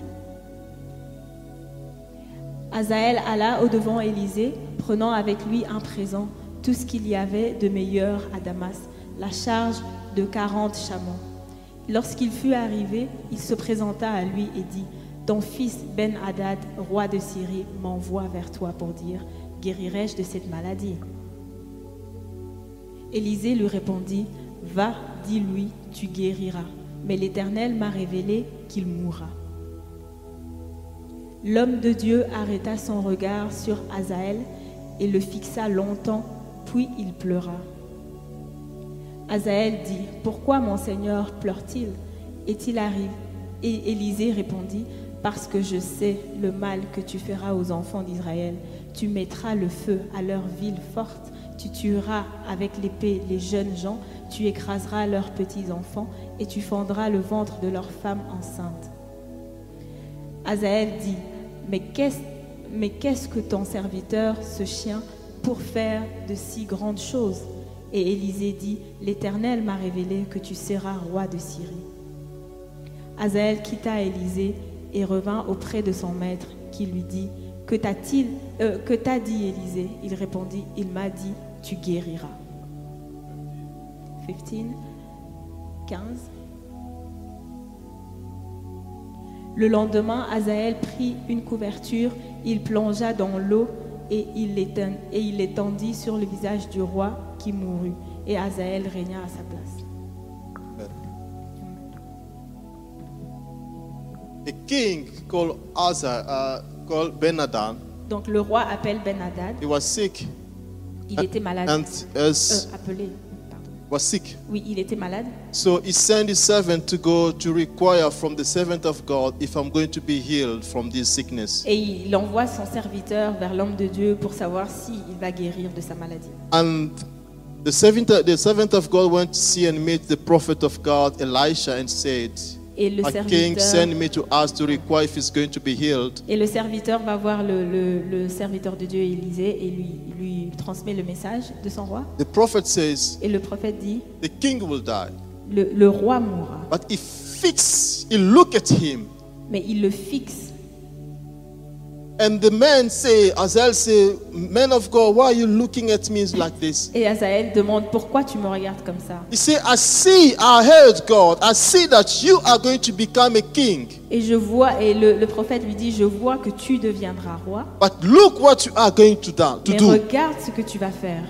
Azaël alla au devant Élisée, prenant avec lui un présent, tout ce qu'il y avait de meilleur à Damas, la charge de 40 chameaux. Lorsqu'il fut arrivé, il se présenta à lui et dit Ton fils Ben-Hadad, roi de Syrie, m'envoie vers toi pour dire Guérirai-je de cette maladie Élisée lui répondit Va, dis-lui, tu guériras. Mais l'Éternel m'a révélé qu'il mourra. L'homme de Dieu arrêta son regard sur Azaël et le fixa longtemps, puis il pleura. Azaël dit Pourquoi mon Seigneur pleure-t-il Est-il arrivé Et Élisée répondit Parce que je sais le mal que tu feras aux enfants d'Israël. Tu mettras le feu à leur ville forte, tu tueras avec l'épée les jeunes gens, tu écraseras leurs petits-enfants et tu fendras le ventre de leurs femmes enceintes. Azaël dit, mais qu'est-ce, mais qu'est-ce que ton serviteur, ce chien, pour faire de si grandes choses Et Élisée dit, l'Éternel m'a révélé que tu seras roi de Syrie. Azaël quitta Élisée et revint auprès de son maître, qui lui dit, que t'a-t-il, euh, que t'a dit Élisée Il répondit, il m'a dit, tu guériras. 15, 15. Le lendemain, Azaël prit une couverture, il plongea dans l'eau et il l'éteint- et il l'étendit sur le visage du roi qui mourut. Et Azaël régna à sa place.
A king called Asa, uh, called Benadan,
Donc le roi appelle Ben-Hadad,
he was sick
il était malade.
and as
Euh, appelé, pardon.
was sick.
Oui, il était malade.
So he sent his servant to go to require from the servant of God if I'm going to be healed from this sickness.
Et il envoie son serviteur vers l'homme de Dieu pour savoir s'il va guérir de sa maladie.
And the servant, the servant of God went to see and meet the prophet of God, Elisha, and said,
Et le
A king
serviteur,
sent me to ask to require if he's going to be healed.
et le serviteur va voir le, le- le serviteur de Dieu, Élisée, et lui, lui transmet le message de son roi.
The prophet says,
Et le prophète dit,
The king will die.
le, le roi mourra.
But he fixed, he looked at him
Mais il le fixe
And the man say, Azel say, man of God, why are you looking at me like this?
Et Azaël demande pourquoi tu me regardes comme ça.
He say, I see, I heard God. I see that you are going to become a king.
Et je vois, et le, le prophète lui dit, je vois que tu deviendras roi,
But look what you are going to, do, to
mais
do.
regarde ce que tu vas faire.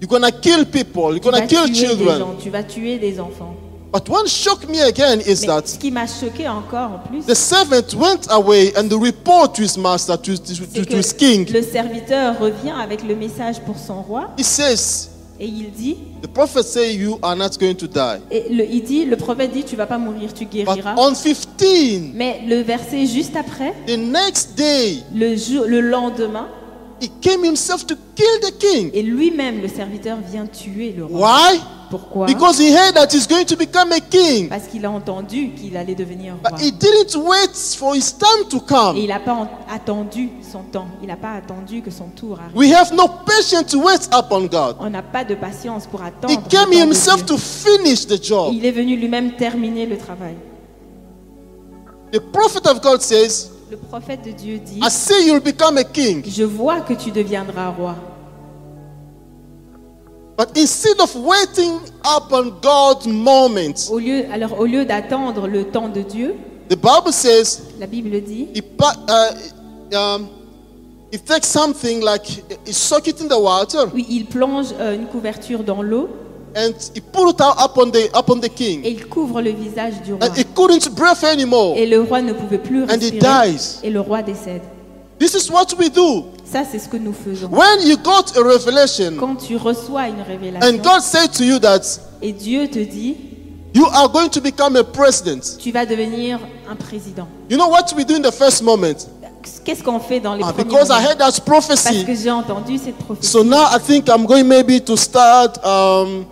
You're gonna kill people. You're
Tu vas
gonna kill
tuer des gens,
children.
tu vas tuer des enfants.
But what shocked me again is
Mais
that
ce qui m'a choqué encore en plus,
the servant went away and the report to his master, to, to,
c'est
to, to his
que
king.
le serviteur revient avec le message pour son roi
He says,
et il dit,
the prophet say you are not going to die.
et le, il dit, le prophète dit, tu vas pas mourir, tu
But
guériras.
on 15,
Mais le verset juste après,
the next day,
le, jour, le lendemain,
he came himself to kill the king.
et lui-même, le serviteur, vient tuer le roi.
Why?
Pourquoi
Because he heard that he's going to become a king.
Parce qu'il a entendu qu'il allait devenir roi.
But he didn't wait for his time to
Et
come.
il n'a pas en- attendu son temps. Il n'a pas attendu que son tour arrive.
We have no patience to wait upon God.
On n'a pas de patience pour attendre.
He
le temps
came
de
himself
Dieu.
to finish the job.
Il est venu lui-même terminer le travail.
The prophet of God says,
Le prophète de Dieu dit
I see you'll become a king.
Je vois que tu deviendras roi.
But instead of waiting upon God's moment,
Au lieu, alors, au lieu d'attendre le temps de Dieu,
the Bible says
la Bible dit
he, pa- uh, um, he takes something like he soak it in the water
Oui, il plonge euh, une couverture dans l'eau
and he put it out upon the upon the
et
king.
il couvre le visage du roi.
And he couldn't breathe anymore.
Et le roi ne pouvait plus
And he
respirer.
dies.
Et le roi décède.
This is what we do.
Ça, c'est ce que nous faisons.
When you got a revelation
Quand tu reçois une
and
révélation
God said to you that
et Dieu te dit,
you are going to become a president,
tu vas devenir un président.
you know what we do in the first moment?
Qu'est-ce qu'on fait dans les
Ah,
premiers
because I
moments
heard that
Parce
prophecy.
que j'ai entendu cette prophétie.
So now I think I'm going maybe to start um,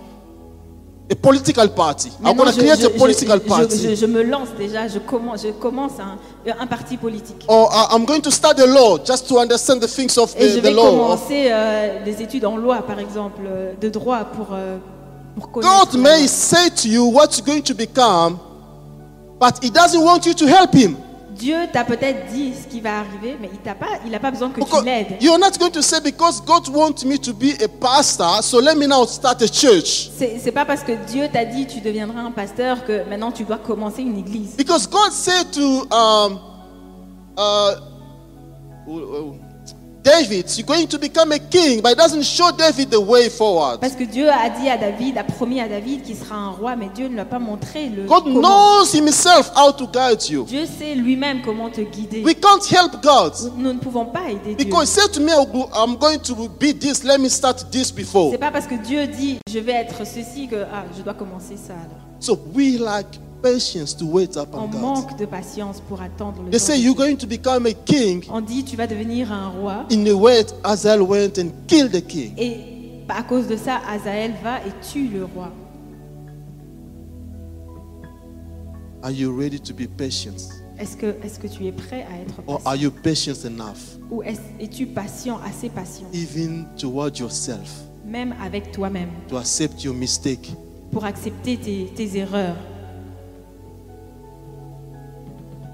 a political party. I'm
Maintenant,
going to
je,
create
je-
a political
je- je-
party.
je- je me lance déjà, je commence, je commence un, un parti politique.
or I- I'm going to start a law just to understand the things of
Et je
the, the
vais
law. of-
commencer euh, des études en loi, par exemple, euh, de droit pour, euh, pour connaître. euh,
God may say to you what you're going to become, but He doesn't want you to help Him.
Dieu t'a peut-être dit ce qui va arriver, mais il t'a pas, il n'a pas besoin que tu l'aides.
Because you're not going to say, because God wants me to be a pastor, so let me now start a church.
C'est c'est pas parce que Dieu t'a dit tu deviendras un pasteur que maintenant tu dois commencer une église.
Because God said to um, uh, who- who- David, you're going to become a king, but it doesn't show David the way forward.
Parce que Dieu a dit à David, a promis à David qu'il sera un roi, mais Dieu ne l'a pas montré le
God
comment.
knows Himself how to guide you.
Dieu sait lui-même comment te guider.
We can't help God.
Nous ne pouvons pas aider Dieu.
Because he said to me, "I'll go- I'm going to be this, let me start this before.
C'est pas parce que Dieu dit je vais être ceci que ah, je dois commencer ça alors.
So we lack patience to wait
On
upon Oh God.
manque de patience pour attendre le
They
temps
say
de
you're
Dieu.
going to become a king
On dit tu vas devenir un roi
in the way Azel went and killed the king.
et à cause de ça Azaël va et tue le roi.
Are you ready to be patient?
Est-ce que, est que tu es prêt à être
Or
patient
are you patient enough,
Ou est-ce- es-tu patient, assez patient,
even toward yourself,
même avec toi-même,
to accept your mistake?
pour accepter tes, tes erreurs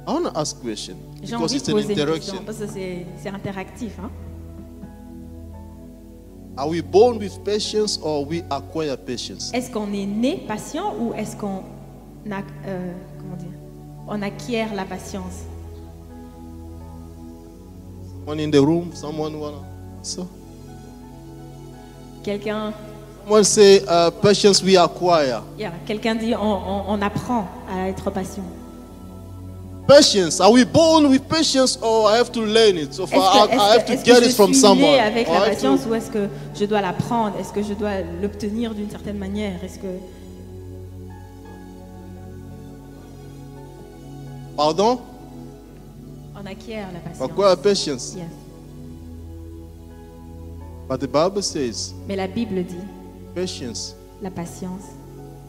I want to ask a question
J'ai
because
envie
it's
de
an
poser une question,
interaction.
parce que c'est c'est interactif. hein.
Are we born with patience or we acquire patience?
Est-ce qu'on est né patient ou est-ce qu'on a- euh, comment dire, on acquiert la patience
One in the room, someone wanna so
Quelqu'un
someone say uh, patience we acquire.
yeah, quelqu'un dit on, on- on apprend à être patient.
Patience. Are we born with patience or I have to learn it? So
Est-ce que,
far, I, I have
est-ce que-
to
est-ce que
get
je
it from
suis né
someone.
avec
Or
la
I have to-
patience ou est-ce que je dois l'apprendre Est-ce que je dois l'obtenir d'une certaine manière Est-ce que
Pardon?
on acquiert la patience
Acquire patience.
Yes.
But the Bible says
Mais la Bible dit
patience
la patience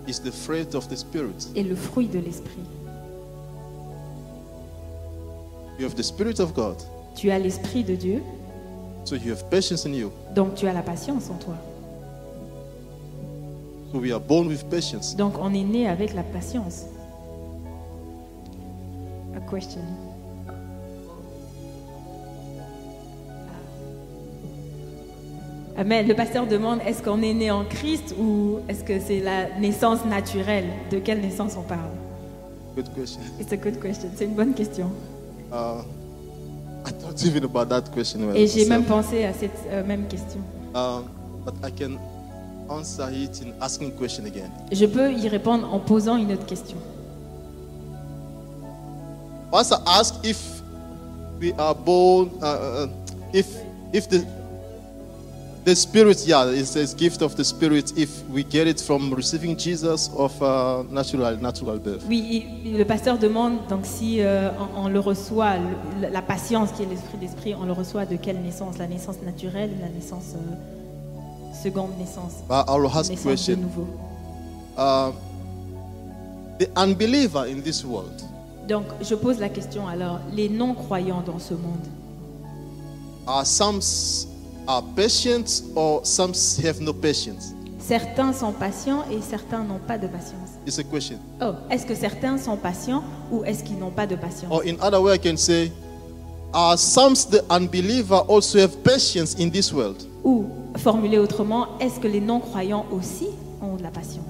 is the fruit of the Spirit.
est le fruit de l'esprit.
You have the Spirit of God,
Tu as l'esprit de Dieu,
so you have patience in you.
donc tu as la patience en toi.
So we are born with patience.
Donc on est né avec la patience. A question. Ah. Amen. Le pasteur demande est-ce qu'on est né en Christ ou est-ce que c'est la naissance naturelle De quelle naissance on parle
Good question.
It's a good question. C'est une bonne question.
Uh, I thought even about that question. when
Et j'ai
myself.
même pensé à cette euh, même question.
Um, but I can answer it in asking question again.
Je peux y répondre en posant une autre question.
Once I ask if we are born, uh, uh, if if the the spirit, yeah, it says gift of the spirit. If we get it from receiving Jesus of uh, natural natural birth.
Oui, il- le pasteur demande donc si euh, on, on le reçoit, le- la patience qui est l'esprit d'esprit, on le reçoit de quelle naissance La naissance naturelle ou la naissance euh, seconde naissance
But I will ask
Naissance de
question.
nouveau.
Uh, the unbeliever in this world,
Donc je pose la question alors les non-croyants dans ce monde,
are Uh, some s- are patient or some s- have no patience?
certains sont patients et certains n'ont pas de patience.
It's a question.
Oh, est-ce que certains sont patients ou est-ce qu'ils n'ont pas de patience
Or in other way, I can say, are some s- the unbeliever also have patience in this world?
Ou, formulé autrement, est-ce que les non-croyants aussi ont de la patience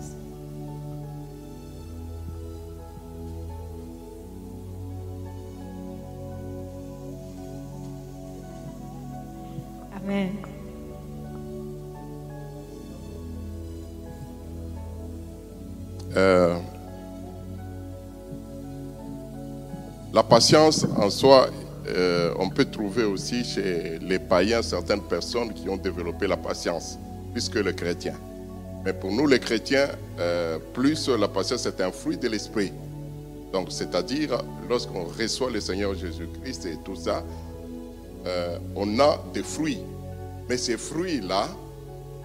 Amen.
Euh, la patience en soi, euh, on peut trouver aussi chez les païens certaines personnes qui ont développé la patience, plus que les chrétiens. Mais pour nous, les chrétiens, euh, plus la patience est un fruit de l'esprit. Donc, c'est-à-dire, lorsqu'on reçoit le Seigneur Jésus-Christ et tout ça, euh, on a des fruits. Mais ces fruits-là,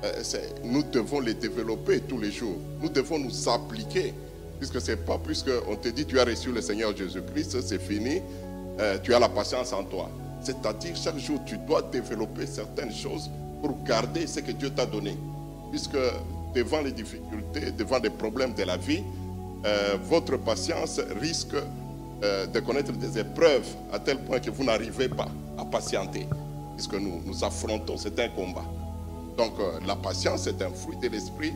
euh, c'est- nous devons les développer tous les jours. Nous devons nous appliquer. Puisque c'est pas puisque on te dit tu as reçu le Seigneur Jésus-Christ, c'est fini, euh, tu as la patience en toi. C'est-à-dire chaque jour tu dois développer certaines choses pour garder ce que Dieu t'a donné. Puisque devant les difficultés, devant les problèmes de la vie, euh, votre patience risque euh, de connaître des épreuves à tel point que vous n'arrivez pas à patienter. Puisque nous, nous affrontons, c'est un combat. Donc euh, la patience est un fruit de l'esprit,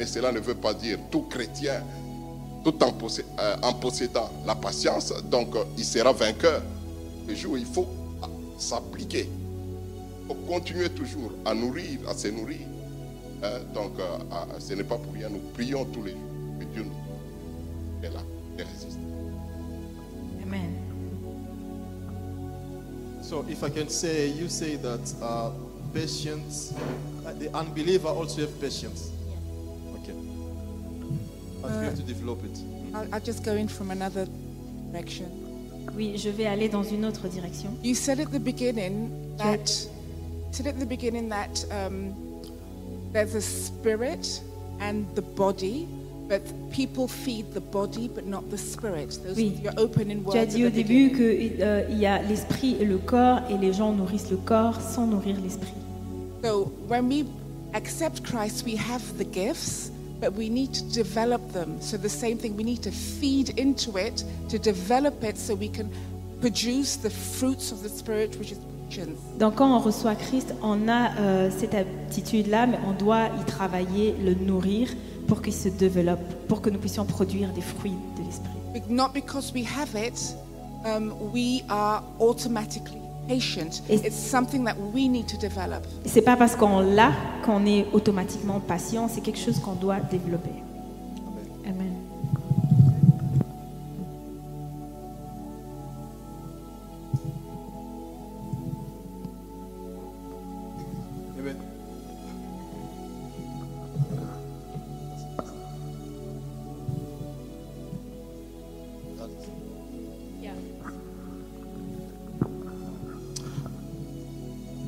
mais cela ne veut pas dire tout chrétien, tout en, possé- euh, en possédant la patience, donc euh, il sera vainqueur. Le jour où il faut euh, s'appliquer, il faut continuer toujours à nourrir, à se nourrir. Euh, donc euh, à- ce n'est pas pour rien, nous prions tous les jours que Dieu nous est là, et résiste.
Amen.
So if I can say, you say that uh, patience, uh, the unbeliever also have patience. Okay. But we have to develop it.
I'll, I'll just go in from another direction.
Oui, je vais aller dans une autre direction.
You said at the beginning that said at the beginning that um, there's a spirit and the body, but people feed the body but not the spirit. Those
Oui.
are your opening words.
Tu as
at
dit
the
au début
beginning.
qu'il y a l'esprit et le corps et les gens nourrissent le corps sans nourrir l'esprit.
So when we accept Christ, we have the gifts, but we need to develop them. So the same thing, we need to feed into it to develop it so we can produce the fruits of the Spirit, which is patience.
Donc quand on reçoit Christ, on a euh, cette aptitude-là, mais on doit y travailler, le nourrir pour qu'il se développe, pour que nous puissions produire des fruits de l'esprit.
Be- Not because we have it, um, we are automatically patient.
It's-
It's something that we need to develop.
C'est pas parce qu'on l'a qu'on est automatiquement patient, c'est quelque chose qu'on doit développer. Amen.
Amen.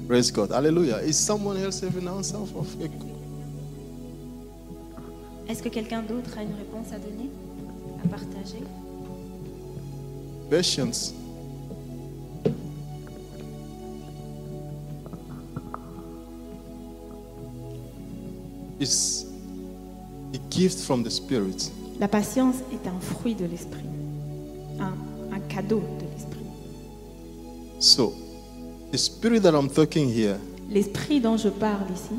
Praise God. Hallelujah. Is someone else having an answer of
Est-ce que quelqu'un d'autre a une réponse à donner, à partager
patience? It's a gift from the Spirit.
La patience est un fruit de l'esprit, un, un cadeau de l'esprit.
So, the Spirit that I'm talking here
L'esprit dont je parle ici,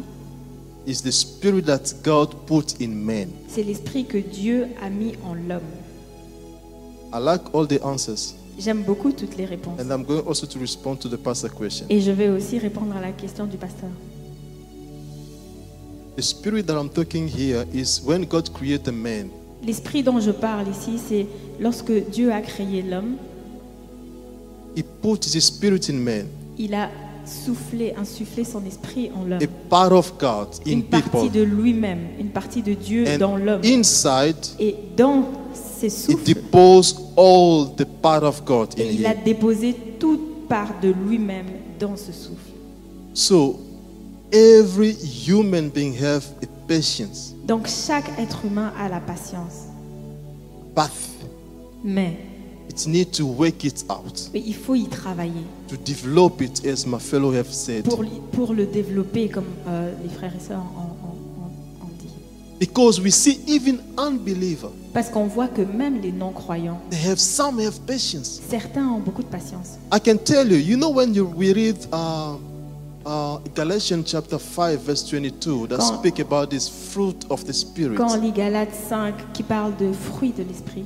is the spirit that God put in man.
c'est l'esprit que Dieu a mis en l'homme.
I like all the answers,
J'aime beaucoup toutes les réponses.
and I'm going also to respond to the pastor question.
Et je vais aussi répondre à la question du pasteur.
The spirit that I'm talking here is when God created man,
L'esprit dont je parle ici, c'est lorsque Dieu a créé l'homme,
He put His spirit in man,
il a soufflé, insufflé son esprit en l'homme.
a part of God in
Une partie
people,
de lui-même, une partie de Dieu dans l'homme.
and inside
Et dans ses
He
souffles,
deposed all the part of God in
il a
him.
déposé toute part de lui-même dans ce souffle.
So every human being have a patience,
Donc chaque être humain a la patience.
but
Mais,
it need to work it out,
mais il faut y travailler
to develop it, as my fellow have said.
pour, li- pour le développer, comme euh, les frères et sœurs en, en- en- en disent.
Because we see even unbeliever,
Parce qu'on voit que même les non-croyants,
they have some have patience.
certains ont beaucoup de patience.
I can tell you, you know when you we read uh, uh, Galatians chapter five verse twenty-two that
Quand-
speak about this fruit of the spirit.
Quand on lit Galates 5 qui parle de fruits de l'esprit,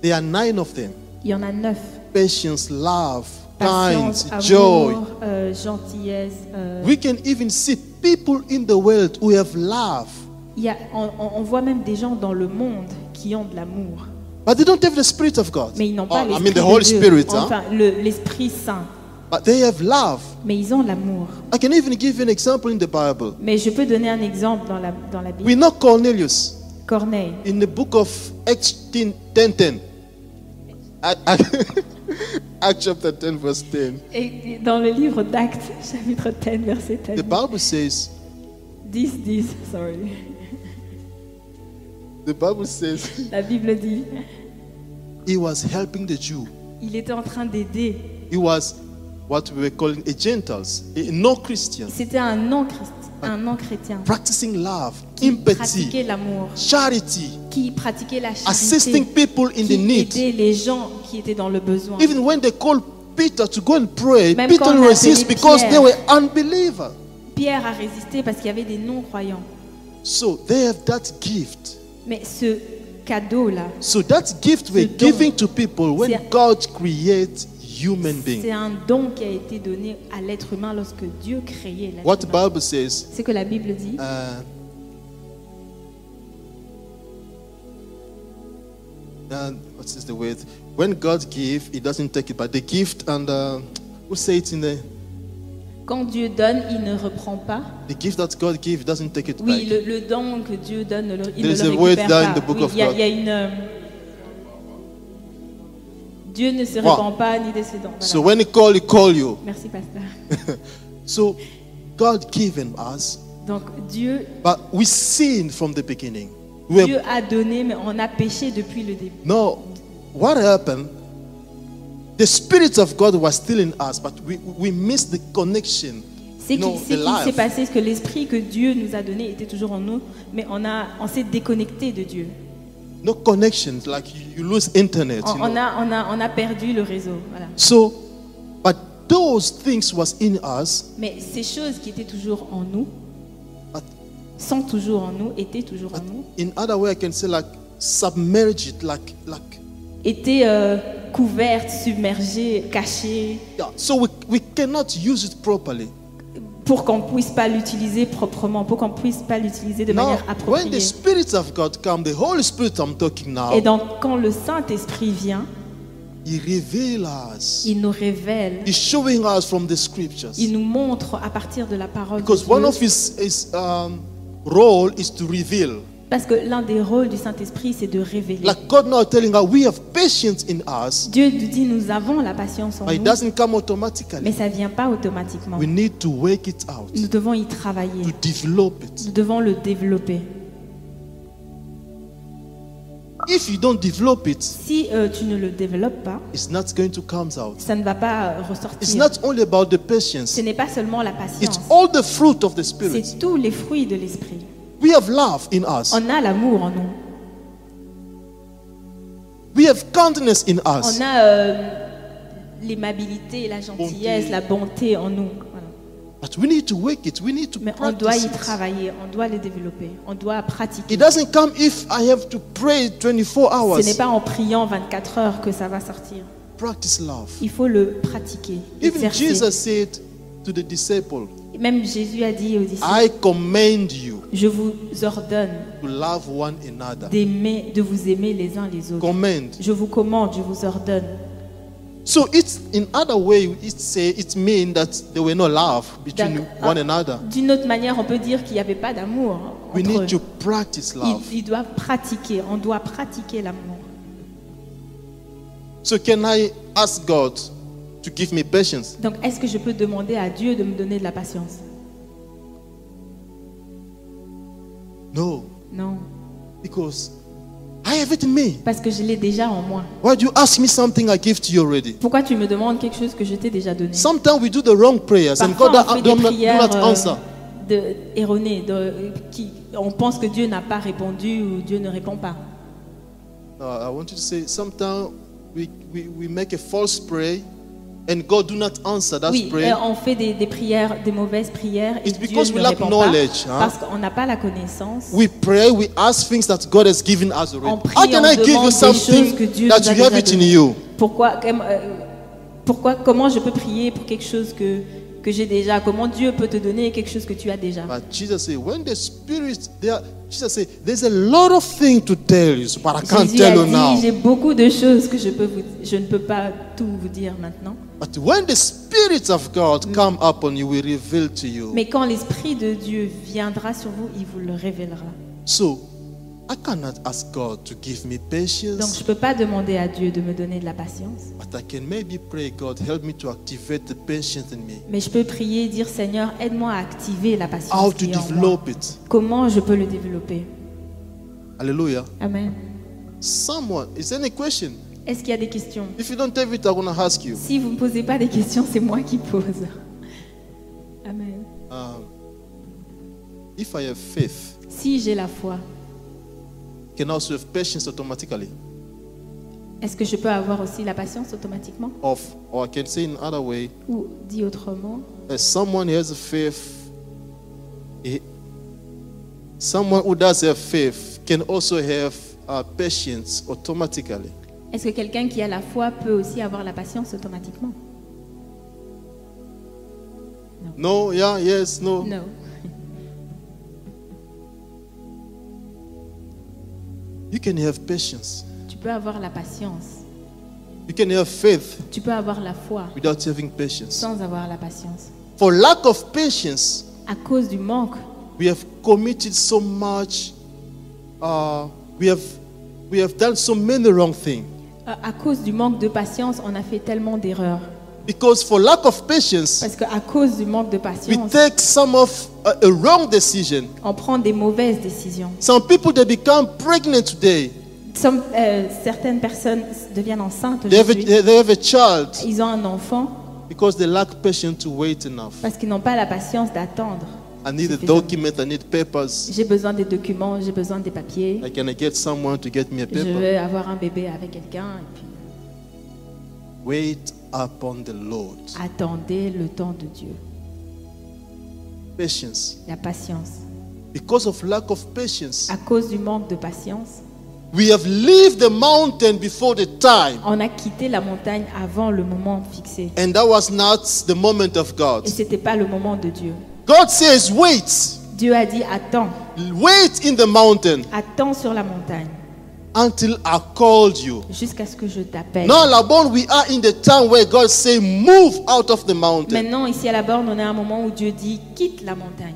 There are nine of them:
il y en a neuf.
patience, love,
Patience,
kind, joy,
amour, euh, gentillesse. euh,
We can even see people in the world who have love,
il y a- on, on- on voit même des gens dans le monde qui ont de l'amour,
but they don't have the Spirit of God.
mais ils n'ont
Oh,
pas
I
l'esprit
mean, the
de
Holy
Dieu.
Spirit, hein. huh?
enfin, le- l'esprit saint.
but they have love.
Mais ils ont de l'amour.
I can even give you an example in the Bible.
Mais je peux donner un exemple dans la, dans la Bible.
We know Cornelius
Corneille,
in the book of Acts 10 10. 10. I- I- Acts chapter 10, verse 10.
et et dans le livre d'Actes, chapitre 10, verset 10,
The Bible says,
10, 10, sorry.
the Bible says
La Bible dit,
he was helping the Jew.
il était en train d'aider.
He was what we were calling a Gentiles, a no Christian,
C'était un non-christ, un non-chrétien
practicing love,
qui
empathy,
pratiquait l'amour,
charity,
qui pratiquait la charité,
assisting people in the
qui
need.
aidait les gens qui étaient dans le besoin.
Even when they called Peter to go and pray,
Même
Peter
quand on a
resists
appelé
because
Pierre.
they were unbelievers.
Pierre a résisté parce qu'il y avait des non-croyants.
So they have that gift.
Mais ce cadeau-là,
So that gift we're
Ce don.
giving to people when
C'est-
God creates human
c'est
beings.
un don qui a été donné à l'être humain lorsque Dieu créait l'être
What the
humain.
Bible says,
C'est que la Bible dit.
uh, uh, what is the word? When God gives, He doesn't take it, but the gift and uh, who say it in the
Quand Dieu donne, il ne reprend pas.
the gift that God gives He doesn't take it
Oui,
back.
le, le don que Dieu donne, ne le- il
There is
ne
a
le
word
récupère
there in
pas.
the book
Oui,
of
il y a-
God.
il y a une... euh, Dieu ne se
Wow.
répand pas ni de ses dons. Voilà.
So when He call, He call you.
Merci, pasteur.
So God given us,
Donc, Dieu,
but we sin from the beginning. We
Dieu
were,
a donné, mais on a péché depuis le début.
no, what happened? The spirit of God was still in us, but we we missed the connection.
C'est
no,
qu'il c'est
the
qu'il s'est
life.
passé, c'est que l'esprit que Dieu nous a donné était toujours en nous, mais on, a- on s'est déconnecté de Dieu.
No connections, like you, you lose internet.
On,
you
Oh, on
know.
a, on, a, on a perdu le réseau. Voilà.
So, but those things was in us,
Mais ces choses qui étaient toujours en nous,
but,
sont toujours en nous, étaient toujours en
but
nous,
in other way I can say like submerge it, like like.
étaient euh, couvertes, submergées, cachées,
Yeah. So we, we cannot use it properly.
pour qu'on puisse pas l'utiliser proprement, pour qu'on puisse pas l'utiliser de
Now,
manière
when the
appropriée.
Spirit of God come, the Holy Spirit I'm talking now,
Et donc, quand le Saint-Esprit vient,
He reveals us.
il nous révèle,
He's showing us from the scriptures.
il nous montre à partir de la parole de
Because one
Dieu.
of his, his um, role is to reveal.
Parce que l'un des rôles du Saint-Esprit, c'est de révéler.
Like God now telling us, we have patience in us,
Dieu nous dit, nous avons la patience en
but it
nous,
doesn't come
mais
automatically.
ça vient pas automatiquement.
We need to work it out,
Nous devons y travailler,
to develop it.
nous devons le développer.
If you don't develop it,
Si euh, tu ne le développes pas,
it's not going to come out.
ça ne va pas euh,
It's
ressortir.
not only about the
Ce
patience,
n'est pas seulement la
it's
patience,
all the fruit of the Spirit.
c'est tous les fruits de l'esprit.
We have love in us,
On a l'amour en nous.
we have kindness in us.
On a euh, l'aimabilité, la gentillesse,
Bonté.
la bonté en nous. Voilà.
But we need to work it. We need to
Mais on doit
practice
y
it.
travailler, on doit le développer, on doit pratiquer.
It doesn't come if I have to pray 24
Ce n'est
hours.
pas en priant 24 heures que ça va sortir.
Practice love.
Il faut le pratiquer.
Even
exercer.
Jesus said to the disciple,
Même Jésus a dit aux disciples,
I commend you
je vous ordonne
to love one another.
d'aimer, de vous aimer les uns les autres.
Commend.
Je vous commande, je vous ordonne.
So it's in other way it say it mean that there were no love between
D'ac-
one
ah,
another.
D'une autre manière, on peut dire qu'il n'y avait pas d'amour
We
entre
need to
eux.
practice love.
Ils, ils doivent pratiquer, on doit pratiquer l'amour.
So can I ask God to give me patience?
Donc, est-ce que je peux demander à Dieu de me donner de la patience
No,
Non,
because I have it in me.
parce que je l'ai déjà en moi.
Why do you ask me something I give to you already?
Pourquoi tu me demandes quelque chose que je t'ai déjà donné
Sometimes we do the wrong prayers and
Parfois,
God
on
do
fait des
not, do
prières
not
euh,
answer.
de- erronées, de- qui, on pense que Dieu n'a pas répondu ou Dieu ne répond pas.
No, I want you to say sometimes we, we, we make a false prayer and God do not answer that
oui,
prayer.
euh, on fait des, des prières, des mauvaises prières et
It's
Dieu
because
ne
we lack
répond
knowledge,
pas
hein.
parce qu'on n'a pas la connaissance.
We pray, we ask things that God has given us
On
already.
prie,
How can
on
I give you
demande des choses que
something
Dieu
that
nous a
you have
déjà
it in
données.
you?
Pourquoi, comme, euh, pourquoi, comment je peux prier pour quelque chose que, que j'ai déjà Comment Dieu peut te donner quelque chose que tu as déjà
But Jesus said, when the spirit there, Jesus said, there's a lot of things to tell you, but I can't
Jésus
tell
a
you
dit, j'ai
now.
beaucoup de choses que je, peux vous, je ne peux pas tout vous dire maintenant.
But when the spirit of God come upon you, will reveal to you.
Mm. Mais quand l'Esprit de Dieu viendra sur vous, il vous le révélera.
So I cannot ask God to give me
Donc je
patience,
ne peux pas demander à Dieu de me donner de la patience,
but I can maybe pray, God, help me to activate the patience in me.
mais je peux prier et dire Seigneur, aide-moi à activer la patience.
How to
qui est en moi.
develop it.
Comment je peux le développer
Hallelujah.
Amen.
Someone, is there any question?
Est-ce qu'il y a des questions
If you don't have it, I'm going to ask you.
Si vous ne me posez pas des questions, c'est moi qui pose. Amen.
Um, if I have faith,
Si j'ai la foi,
can I also have patience automatically?
est-ce que je peux avoir aussi la patience automatiquement
Of, or I can say in other way,
Ou dit autrement,
as someone who has a faith, he- someone who does have faith can also have uh, patience automatically.
est-ce que quelqu'un qui a la foi peut aussi avoir la patience automatiquement
No, yeah, yes, no.
Non.
You can have patience.
Tu peux avoir la patience.
You can have faith
Tu peux avoir la foi
without having patience.
sans avoir la patience.
For lack of patience,
À cause du manque,
we have committed so much uh, we have we have done so many wrong things
euh, à cause du manque de patience, on a fait tellement d'erreurs.
because for lack of patience
Parce qu'à cause du manque de
we
patience,
take some of uh, a wrong decision
on prend des mauvaises décisions.
some people they become pregnant today
Some- euh, certaines personnes s- deviennent enceintes
they have, a,
aujourd'hui.
they have a child
Ils ont un enfant
because they lack patience to wait enough
parce qu'ils n'ont pas la patience d'attendre.
i need a document i need papers
J'ai besoin des documents, j'ai besoin des papiers.
i can get someone to get me a
Je
paper
veux avoir un bébé avec quelqu'un. et puis,
wait upon the lord
Attendez le temps de Dieu.
patience
La patience.
because of lack of patience
À cause du manque de patience,
we have left the mountain before the time
on a quitté la montagne avant le moment fixé.
And that was not the moment of God.
Et ce n'était pas le moment de Dieu.
God says, wait,
Dieu a dit attends,
wait in the mountain
attends sur la montagne
until I called you.
jusqu'à ce que je t'appelle.
Now, Labon, we are in the time where God say, move out of the mountain.
Maintenant, ici à la borne, on est à un moment où Dieu dit quitte la montagne.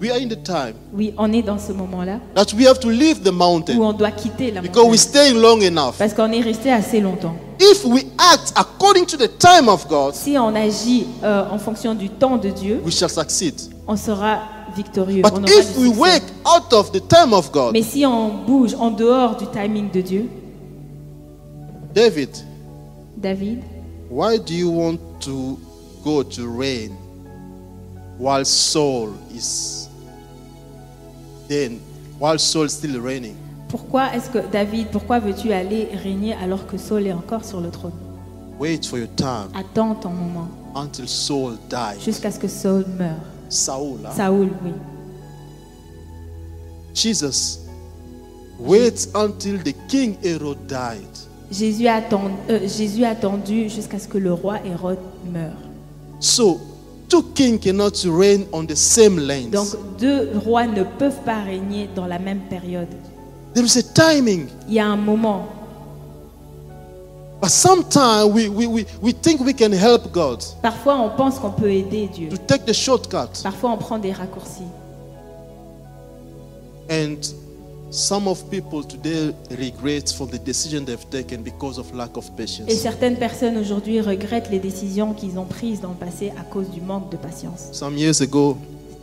We are in the time
Oui, on est dans ce moment-là
that we have to leave the
où
mountain
on doit quitter la
because we're
montagne
staying long enough.
parce qu'on est resté assez longtemps.
If we act according to the time of God,
Si on agit euh, en fonction du temps de Dieu,
we shall succeed.
on sera victorieux. on aura
But
du
if we
succès.
wake out of the time of God,
Mais si on bouge en dehors du timing de Dieu,
David,
David,
why do you want to go to reign while Saul is then while Saul is still reigning?
pourquoi est-ce que David, pourquoi veux-tu aller régner alors que Saul est encore sur le trône
Wait for your time
Attends ton moment
until Saul died.
jusqu'à ce que Saul meure.
Saul. huh?
Saoul, oui.
Jesus. Wait until the king Herod died.
Jésus a attend- euh, Jésus a attendu jusqu'à ce que le roi Hérode meure.
So, two kings cannot reign on the same lands.
Donc deux rois ne peuvent pas régner dans la même période.
there is a timing.
Il y a un moment.
But sometimes we, we, we, we think we can help God
Parfois on pense qu'on peut aider Dieu.
to take the shortcut.
Parfois on prend des raccourcis.
And some of people today regret for the decision they've taken because of lack of
Et
patience.
certaines personnes aujourd'hui regrettent les décisions qu'ils ont prises dans le passé à cause du manque de patience.
Some years ago,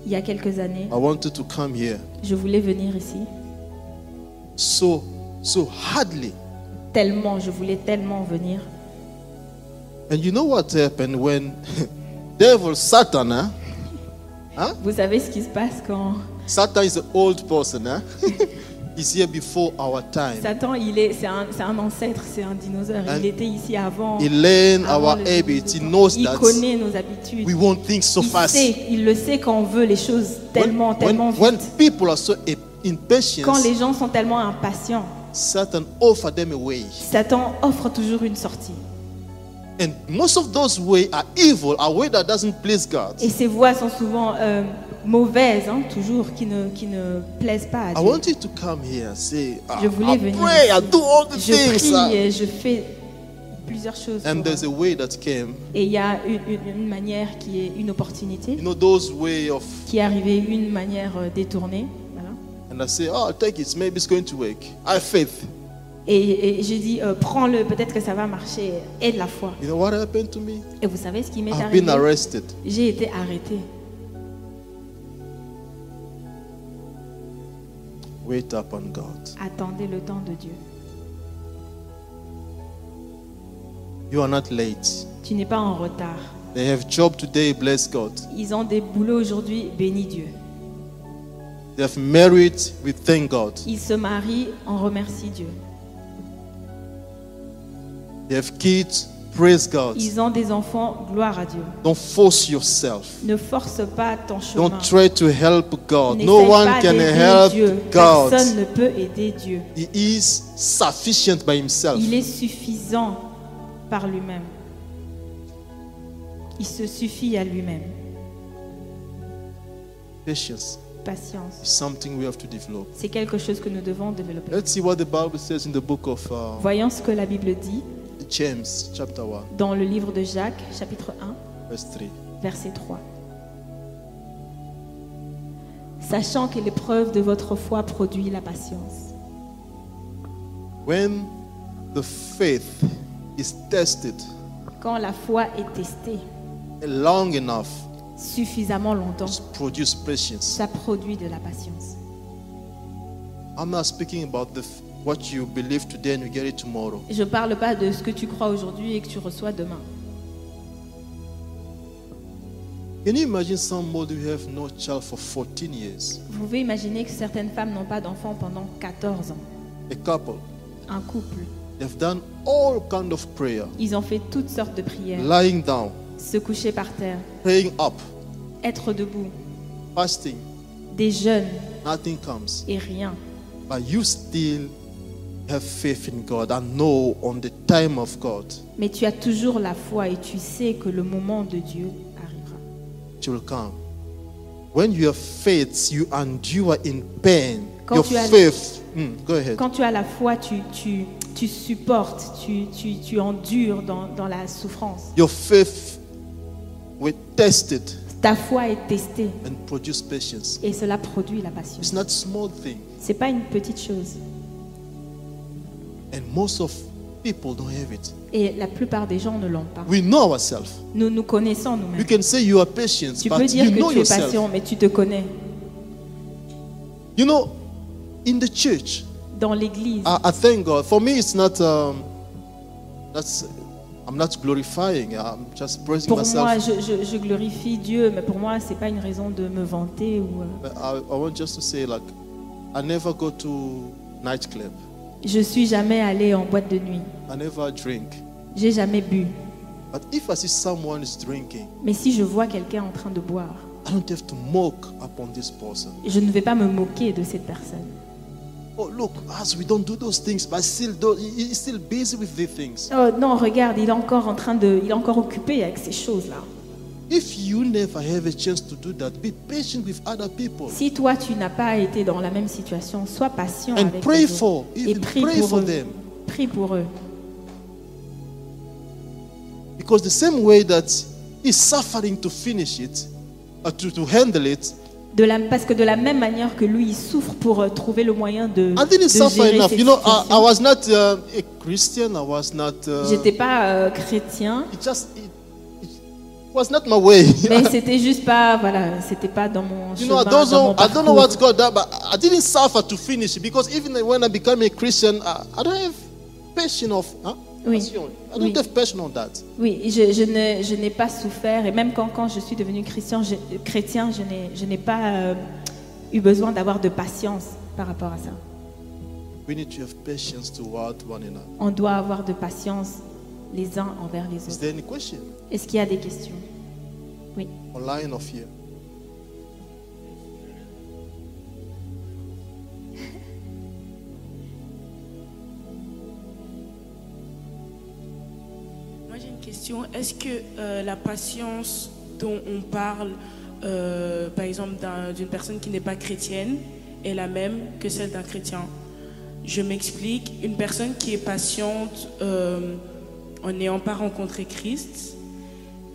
Il y a quelques années,
I wanted to come here
je voulais venir ici.
so so hardly.
Tellement, je voulais tellement venir.
And you know what happened when devil Satan, huh?
Vous savez ce qui se passe quand
Satan is an old person, huh? He's here before our time.
Satan, il est, c'est un, c'est un ancêtre, c'est un dinosaure. Il
And
était ici avant.
He learned our
avant le
habits. He
dinosaure.
knows
il
that
Ah, connaît nos habitudes.
we want things so
il,
fast.
sait, il le sait quand on veut les choses tellement,
when,
tellement
when
vite.
people are so i-
Quand
impatient,
les gens sont tellement impatients,
Satan offer them a way.
Satan offre toujours une sortie.
And most of those way are evil, are way that doesn't please God.
Et ces voix sont souvent euh, mauvaises, hein, toujours, qui ne, qui ne plaisent pas à
I
Dieu.
want you to come here and say, I,
Je voulais
I
venir
pray, I
ici.
do all the
Je
things. uh,
prie, et je fais plusieurs choses.
And
pour-
there's a way that came.
et il y a une, une- une manière qui est une opportunité,
You know, those way of,
qui est arrivée une manière euh, détournée. voilà.
and I say, oh, take it, maybe it's going to work. I have faith.
Et, et j'ai dit, euh, prends-le, peut-être que ça va marcher, aide la foi.
You know what happened to me?
Et vous savez ce qui m'est
I've been
arrivé
arrested.
J'ai été arrêtée.
Wait up on God.
Attendez le temps de Dieu.
You are not late.
Tu n'es pas en retard.
They have job today, bless God.
Ils ont des boulots aujourd'hui, béni Dieu.
They have married, we thank God.
Ils se marient, on remercie Dieu.
They have kids, praise God.
Ils ont des enfants, gloire à Dieu.
Don't force yourself.
Ne force pas ton chemin.
Don't try to help God.
N'essaye
No one
pas
can
d'aider
help
Dieu.
God.
Personne ne peut aider Dieu.
He is sufficient by himself.
Il est suffisant par lui-même. Il se suffit à lui-même.
Patience
Patience.
is something we have to develop.
C'est quelque chose que nous devons développer.
Let's see what the Bible says in the book of uh,
Voyons ce que la Bible dit
James, chapter 1,
dans le livre de Jacques, chapitre 1.
verse 3.
verset 3. Sachant que l'épreuve de votre foi produit la patience.
When the faith is tested
Quand la foi est testée
long enough,
suffisamment longtemps,
it produces patience.
ça produit de la patience.
I'm not speaking about the, f- what you believe today and you get it tomorrow.
Je ne parle pas de ce que tu crois aujourd'hui et que tu reçois demain.
Can you imagine somebody who have no child for 14 years?
Vous pouvez imaginer que certaines femmes n'ont pas d'enfants pendant 14 ans.
A couple.
Un couple.
They've done all kind of prayer.
Ils ont fait toutes sortes de prières.
Lying down,
Se coucher par terre,
praying up,
être debout,
fasting,
des jeûnes
nothing comes.
et rien.
But you still have faith in God and know on the time of God,
Mais tu as toujours la foi et tu sais que le moment de Dieu arrivera.
it will come. When you have faith, you endure in pain.
Quand
Your
tu as-
faith. Mm, go ahead.
Quand tu as la foi, tu, tu, tu supportes, tu, tu, tu endures dans, dans la souffrance.
Your faith will test it
Ta foi est testée
and produce patience.
et cela produit la patience.
It's not small thing.
C'est pas une petite chose.
And most of people don't have it.
Et la plupart des gens ne l'ont pas.
We know ourselves.
Nous nous connaissons
You
nous-mêmes.
can say you are patient,
Tu
but
peux dire
bah, you know
que tu es
yourself.
patient, mais tu te connais.
You know, in the church,
Dans l'église,
I, I thank God. For me, it's not. Um, that's. I'm not glorifying. I'm just praising
pour moi,
myself.
je, je- je glorifie Dieu, mais pour moi, c'est pas une raison de me vanter. Ou, euh,
But I, I want just to say, like, I never go to nightclub.
Je suis jamais allée en boîte de nuit.
I never drink.
J'ai jamais bu.
But if I see someone is drinking,
Mais si je vois quelqu'un en train de boire,
I don't have to mock upon this person.
je ne vais pas me moquer de cette personne.
Oh, look, us, we don't do those things, but still, do, he- he's still busy with these things.
Oh non, regarde, il est encore en train de, il est encore occupé avec ces choses-là.
If you never have a chance to do that, be patient with other people.
Si toi tu n'as pas été dans la même situation, sois patient
And
avec
pray
les autres
for-
et
even
prie
pray
pour
for
eux.
them.
Prie pour eux.
Because the same way that he's suffering to finish it, uh, to, to handle it,
De la- parce que de la même manière que lui, il souffre pour euh, trouver le moyen de,
I
de
didn't suffer
gérer
enough.
ses
You know, I, I
situations.
was not uh, a Christian. I was not. Uh,
J'étais pas euh, chrétien,
it just it, it was not my way.
mais c'était juste pas, voilà, c'était pas dans mon
You
chemin,
know, I don't
dans mon
know. I don't know
parcours.
what God done, but I didn't suffer to finish it because even when I became a Christian, I, I don't have passion of. Huh?
Oui.
Passion. I
Oui.
don't have passion on that.
Oui, je, je n'ai- je n'ai pas souffert et même quand, quand je suis devenu chrétien, je, chrétien, je n'ai- je n'ai pas euh, eu besoin d'avoir de patience par rapport à ça.
We need to have patience toward one another.
On doit avoir de patience les uns envers les
Is
autres.
there any question
Est-ce qu'il y a des questions Oui.
online of here?
Moi j'ai une question. Est-ce que euh, la patience dont on parle, euh, par exemple d'un- d'une personne qui n'est pas chrétienne, est la même que celle d'un chrétien Je m'explique. Une personne qui est patiente euh, en n'ayant pas rencontré Christ,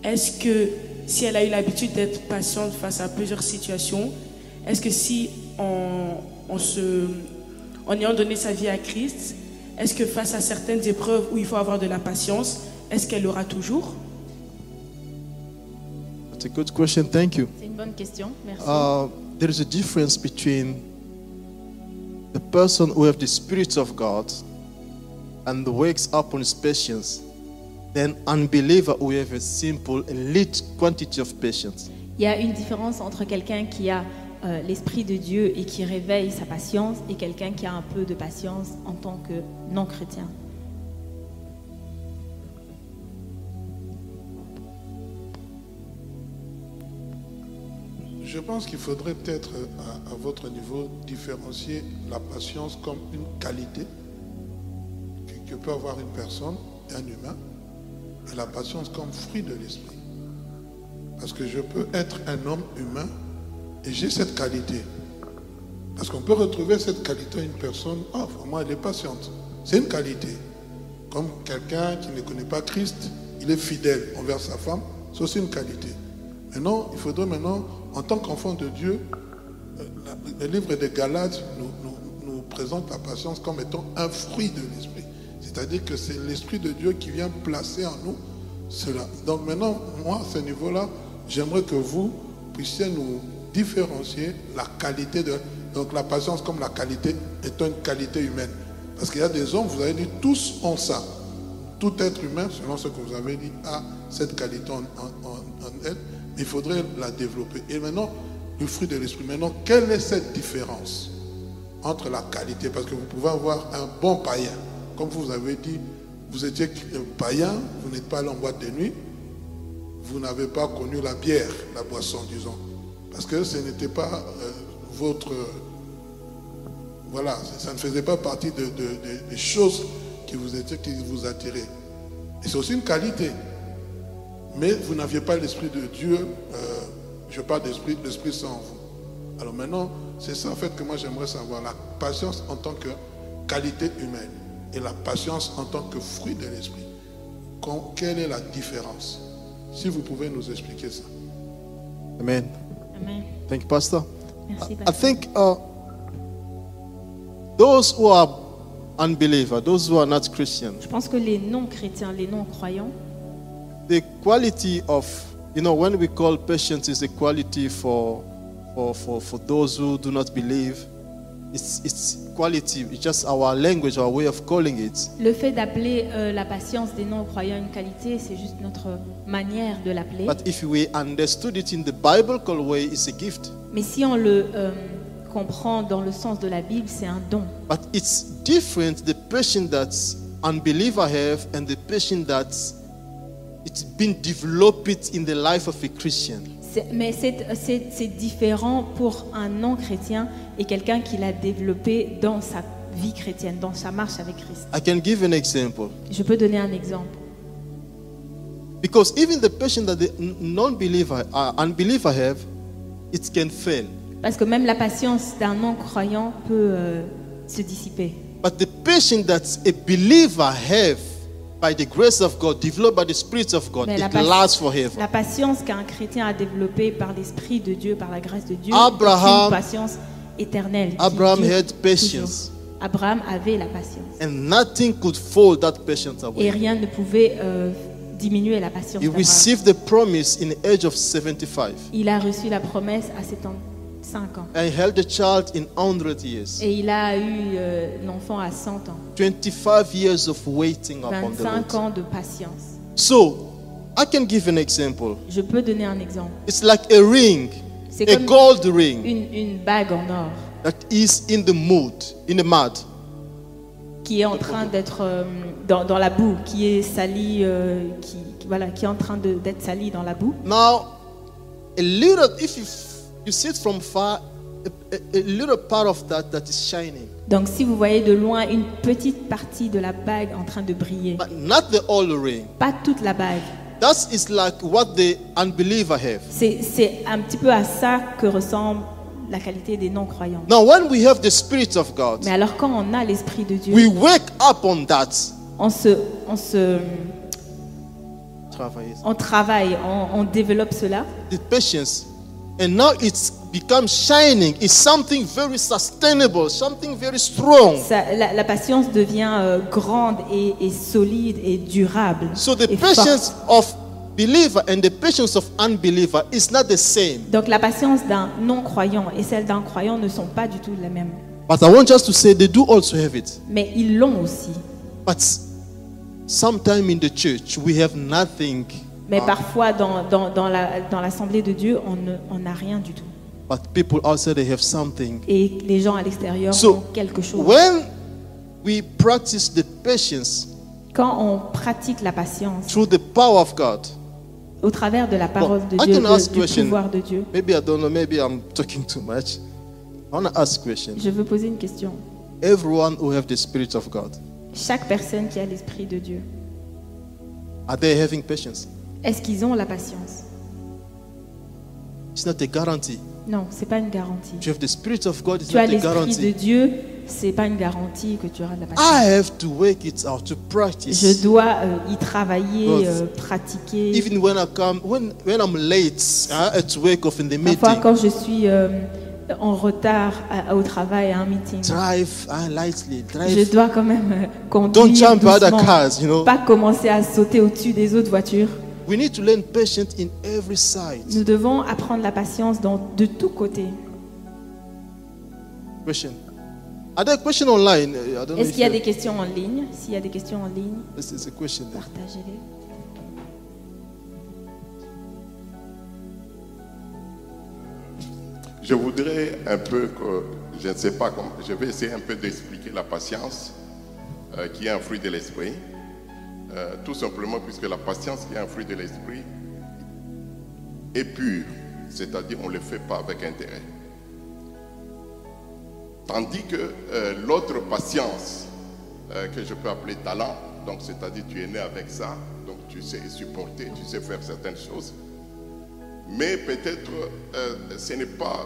est-ce que si elle a eu l'habitude d'être patiente face à plusieurs situations, est-ce que si en, en se, en ayant donné sa vie à Christ, est-ce que face à certaines épreuves où il faut avoir de la patience, est-ce qu'elle l'aura toujours
That's a good question. Thank you.
C'est une bonne question, merci.
Uh, there is a difference between the person who have the spirit of God and wakes up on his patience than unbeliever who have a simple and little quantity of patience.
Il y a une différence entre quelqu'un qui a euh, l'esprit de Dieu et qui réveille sa patience et quelqu'un qui a un peu de patience en tant que non-chrétien.
Je pense qu'il faudrait peut-être euh, à, à votre niveau différencier la patience comme une qualité que- que peut avoir une personne, un humain, et la patience comme fruit de l'esprit. Parce que je peux être un homme humain et j'ai cette qualité. Parce qu'on peut retrouver cette qualité à une personne, ah, vraiment, elle est patiente. C'est une qualité. Comme quelqu'un qui ne connaît pas Christ, il est fidèle envers sa femme, c'est aussi une qualité. Maintenant, il faudrait maintenant, en tant qu'enfant de Dieu, euh, la- le livre des Galates nous, nous- nous présente la patience comme étant un fruit de l'esprit. C'est-à-dire que c'est l'esprit de Dieu qui vient placer en nous cela. Donc maintenant, moi, à ce niveau-là, j'aimerais que vous puissiez nous différencier la qualité de... Donc la patience comme la qualité étant une qualité humaine. Parce qu'il y a des hommes, vous avez dit, tous ont ça. Tout être humain, selon ce que vous avez dit, a cette qualité en, en- en- en elle. Il faudrait la développer. Et maintenant, le fruit de l'esprit. Maintenant, quelle est cette différence entre la qualité Parce que vous pouvez avoir un bon païen. Comme vous avez dit, vous étiez euh, païen, vous n'êtes pas allé en boîte de nuit, vous n'avez pas connu la bière, la boisson, disons. Parce que ce n'était pas euh, votre. Voilà, ça ne faisait pas partie de- de- de- des choses qui vous, étaient, qui vous attiraient. Et c'est aussi une qualité. Mais vous n'aviez pas l'esprit de Dieu, euh, je parle d'esprit, l'esprit sans vous. Alors maintenant, c'est ça en fait que moi j'aimerais savoir, la patience en tant que qualité humaine et la patience en tant que fruit de l'esprit. Quand- quelle est la différence Si vous pouvez nous expliquer ça.
Amen.
Amen.
Thank you, Pastor.
Merci.
I
Pasteur.
think uh, those who are unbeliever, those who are not Christian,
Je pense que les non-chrétiens, les non-croyants,
the quality of you know when we call patience is a quality for for for, for those who do not believe it's it's quality it's just our language our way of calling it
le fait d'appeler euh, la patience des non-croyants une qualité, c'est juste notre manière de l'appeler.
but if we understood it in the biblical way it's a gift
Mais si on le euh, comprend dans le sens de la Bible, c'est un don.
but it's different the patience that unbeliever have and the patience that It's been developed in the life of a Christian.
C'est- Mais c'est- c'est c'est différent pour un non-chrétien et quelqu'un qui l'a développé dans sa vie chrétienne, dans sa marche avec Christ.
I can give an example.
Je peux donner un exemple.
Because even the patient that the non believer, uh, unbeliever have, it can fail.
Parce que même la patience d'un non-croyant peut euh, se dissiper.
But the patient that a believer have, by the grace of God, developed by the Spirit of God,
Mais
it
pa-
lasts forever.
la patience qu'un chrétien a développée par l'Esprit de Dieu, par la grâce de Dieu,
Abraham-
c'est une patience éternelle. qui
Abraham
dure
had patience.
toujours. Abraham avait la patience.
And nothing could fold that patient
Et
away.
rien ne pouvait euh, diminuer la patience
He
d'Abraham.
received the promise in the age of 75.
Il a reçu la promesse à 75 ans.
I held the child in 100 years.
Et il a eu euh, l'enfant à 100 ans.
25 years of waiting upon the
25
Lord.
ans de patience.
So, I can give an example.
Je peux donner un exemple.
It's like a ring,
C'est
a
comme-
gold ring.
Une, une bague en or
that is in the mud, in the mud.
qui est en train d'être euh, dans, dans la boue, qui est salie, euh, qui, qui- voilà, qui est en train de- d'être salie dans la boue.
Now, a little, if you, you see it from far, a, a- a little part of that that is shining,
Donc si vous voyez de loin une petite partie de la bague en train de briller,
but not the whole ring.
pas toute la bague.
That is like what the unbeliever have.
C'est c'est un petit peu à ça que ressemble la qualité des non-croyants.
Now, when we have the Spirit of God,
Mais alors quand on a l'Esprit de Dieu,
we wake up on that.
on, se, on, se, on travaille, on, on développe cela.
The patience. And now it's become shining. It's something very sustainable, something very strong.
Ça- la, la patience devient euh, grande et, et solide et durable.
So the
et forte.
patience of believer and the patience of unbeliever is not the same.
Donc la patience d'un non-croyant et celle d'un croyant ne sont pas du tout la même.
But I want just to say they do also have it.
Mais ils l'ont aussi.
But sometime in the church we have nothing Ah.
Mais parfois dans, dans, dans la- dans l'assemblée de Dieu, on ne- on n'a rien du tout.
but people outside they have something.
Et les gens à l'extérieur
So
ont quelque chose.
when we practice the patience
Quand on pratique la patience
through the power of God.
au travers de la parole de
I
Dieu,
can ask
de- du
question.
pouvoir de Dieu,
Maybe I don't know, maybe I'm talking too much. I want to ask a question.
je veux poser une question.
Everyone who have the spirit of God,
Chaque personne qui a l'esprit de Dieu,
are they having patience?
est-ce qu'ils ont la patience
It's not a guarantee.
Non, c'est pas une garantie.
If you have the spirit of God, it's
Tu as
not a
l'esprit
guarantee.
de Dieu, c'est pas une garantie que tu auras de la patience.
I have to work it out to
Je
practice.
dois euh, y travailler,
Because
euh, practiquer.
Even when I come, when when I'm late uh, at work or in the
Parfois,
meeting,
quand je suis euh, en retard à- au travail, à un meeting,
drive uh, lightly, drive.
je dois quand même euh, conduire
Don't jump
doucement.
other cars, you know.
Pas commencer à sauter au-dessus des autres voitures.
We need to learn patience in every side.
Nous devons apprendre la patience dans, de tous côtés.
Question. Are there questions online? Uh, I don't know.
Est-ce
if
qu'il y a
you-
des questions en ligne S'il y a des questions en ligne,
This is a question. There.
partagez-les.
Je voudrais un peu que, je ne sais pas comment, je vais essayer un peu d'expliquer la patience euh, qui est un fruit de l'esprit. Euh, tout simplement puisque la patience qui est un fruit de l'esprit est pure, c'est-à-dire on ne le fait pas avec intérêt. Tandis que euh, l'autre patience, euh, que je peux appeler talent, donc c'est-à-dire tu es né avec ça, donc tu sais supporter, tu sais faire certaines choses, mais peut-être euh, ce n'est pas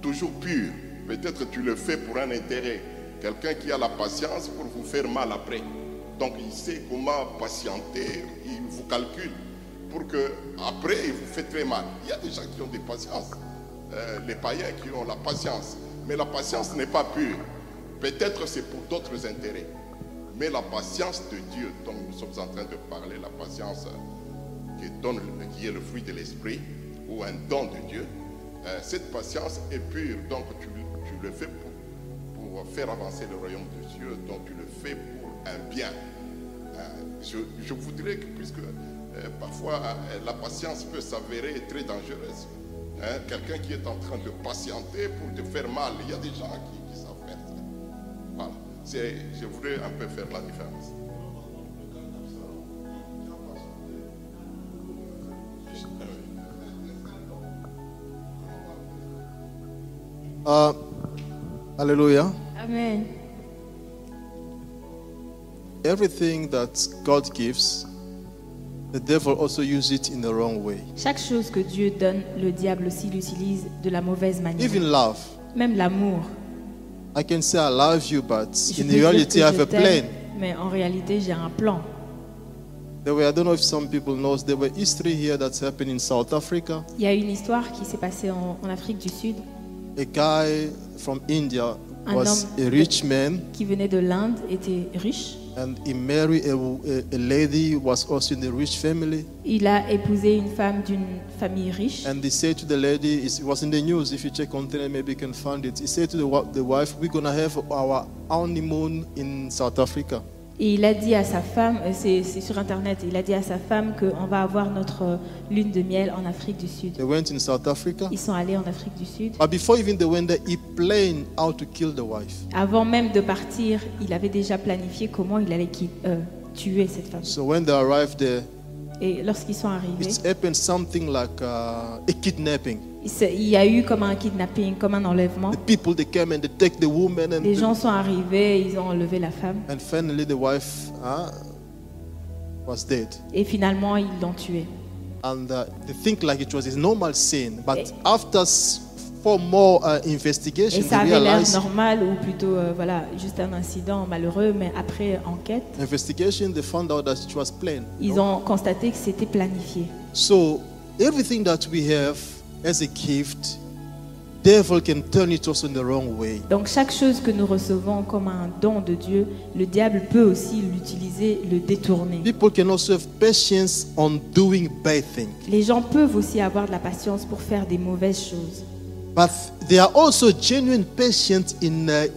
toujours pur. Peut-être tu le fais pour un intérêt. Quelqu'un qui a la patience pour vous faire mal après. Donc il sait comment patienter, il vous calcule pour que après il vous fait très mal. Il y a des gens qui ont des patiences, euh, les païens qui ont la patience, mais la patience n'est pas pure. Peut-être c'est pour d'autres intérêts. Mais la patience de Dieu dont nous sommes en train de parler, la patience qui, donne- qui est le fruit de l'esprit ou un don de Dieu, euh, cette patience est pure. Donc tu, tu le fais pour, pour faire avancer le royaume de Dieu, donc tu le fais pour un bien. Euh, je, je voudrais que, puisque euh, parfois euh, la patience peut s'avérer très dangereuse, hein, quelqu'un qui est en train de patienter pour te faire mal, il y a des gens qui, qui savent faire ça. Voilà. C'est- Je voudrais un peu faire la différence.
Uh, hallelujah.
Amen.
Everything that God gives, the devil also uses it in the wrong way.
Chaque chose que Dieu donne, le diable aussi l'utilise de la mauvaise manière.
Even love.
Même l'amour.
I can say I love you, but
Je
in
peux dire
reality
que
I have
je
a
t'aime,
plan.
Mais en réalité, j'ai un plan.
There were, I don't know if some people knows, there were history here that's happened in South Africa.
Il y a une histoire qui s'est passée en, en Afrique du Sud
A guy from India
Un
was
homme.
a rich man
qui venait de l'Inde, était riche.
and he married a, a, a lady who was also in the rich family.
Il a épousé une femme d'une famille riche.
And he said to the lady, it was in the news, if you check on internet, maybe you can find it. He said to the, wa- the wife, we're going to have our honeymoon in South Africa.
Et il a dit à sa femme, euh, c'est c'est sur Internet, il a dit à sa femme qu'on va avoir notre euh, lune de miel en Afrique du Sud.
They went in South Africa.
Ils sont allés en Afrique du Sud.
But before even they went there, he planned how to kill the wife.
Avant même de partir, il avait déjà planifié comment il allait qui- euh, tuer cette femme.
So when they arrived there,
Et lorsqu'ils sont arrivés,
it happened something like uh, a kidnapping.
il se- il y a eu comme un kidnapping, comme un enlèvement.
The people, they came and they take the woman and
Les gens sont arrivés, ils ont enlevé la femme
And finally, the wife uh, was dead.
et finalement ils l'ont tuée.
And uh, they think like it was a normal sin. But after s- four more uh,
Et
investigation,
ça
they
avait l'air
realized,
normal ou plutôt euh, voilà juste un incident malheureux, mais après enquête,
investigation, they found out that it was planned. you
ils
know?
ont constaté que c'était planifié.
So everything that we have as a gift, devil can turn it also in the wrong way.
Donc chaque chose que nous recevons comme un don de Dieu, le diable peut aussi l'utiliser, le détourner.
People can also have patience on doing bad things.
Les gens peuvent aussi avoir de la patience pour faire des mauvaises choses.
But they are also genuine patient in uh,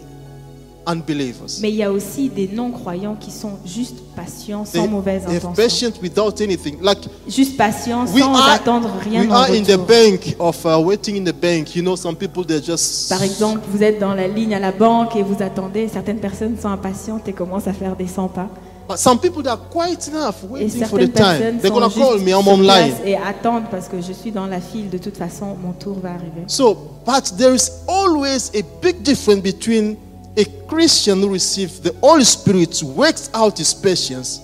unbelievers.
Mais il y a aussi des non-croyants qui sont juste patients, sans
They,
mauvaise
they have
intention.
patience without anything. Like
Juste patients,
we
sans
are,
attendre rien
we
en
are ah, in the
retour.
bank of uh, waiting in the bank. You know, some people they just
Par exemple, vous êtes dans la ligne à la banque et vous attendez, certaines personnes sont impatientes et commencent à faire des 100 pas.
But some people they are quiet enough
Et
waiting for the
certaines
time.
personnes
They're
sont
gonna
juste
call me. I'm
sur
online.
place et attendent parce que je suis dans la file, de toute façon, mon tour va arriver.
So, but there is always a big difference between a Christian who receives the Holy Spirit, works out his patience.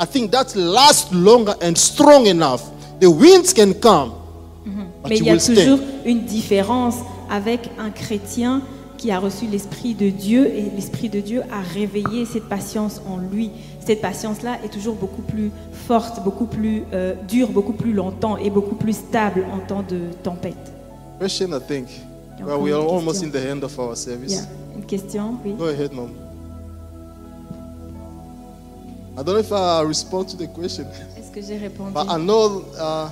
I think that lasts longer and strong enough. The winds can come, but
Mais
you
il y a
will
toujours
stay.
une différence avec un chrétien qui a reçu l'Esprit de Dieu et l'Esprit de Dieu a réveillé cette patience en lui. Cette patience-là est toujours beaucoup plus forte, beaucoup plus euh, dure, beaucoup plus longtemps et beaucoup plus stable en temps de tempête.
Question, I think.
Yeah,
Well, we are
question.
almost in the end of our service.
Yeah. Une question Oui.
Go ahead, mom. I don't know if I respond to the question,
Est-ce que j'ai répondu
but I know uh,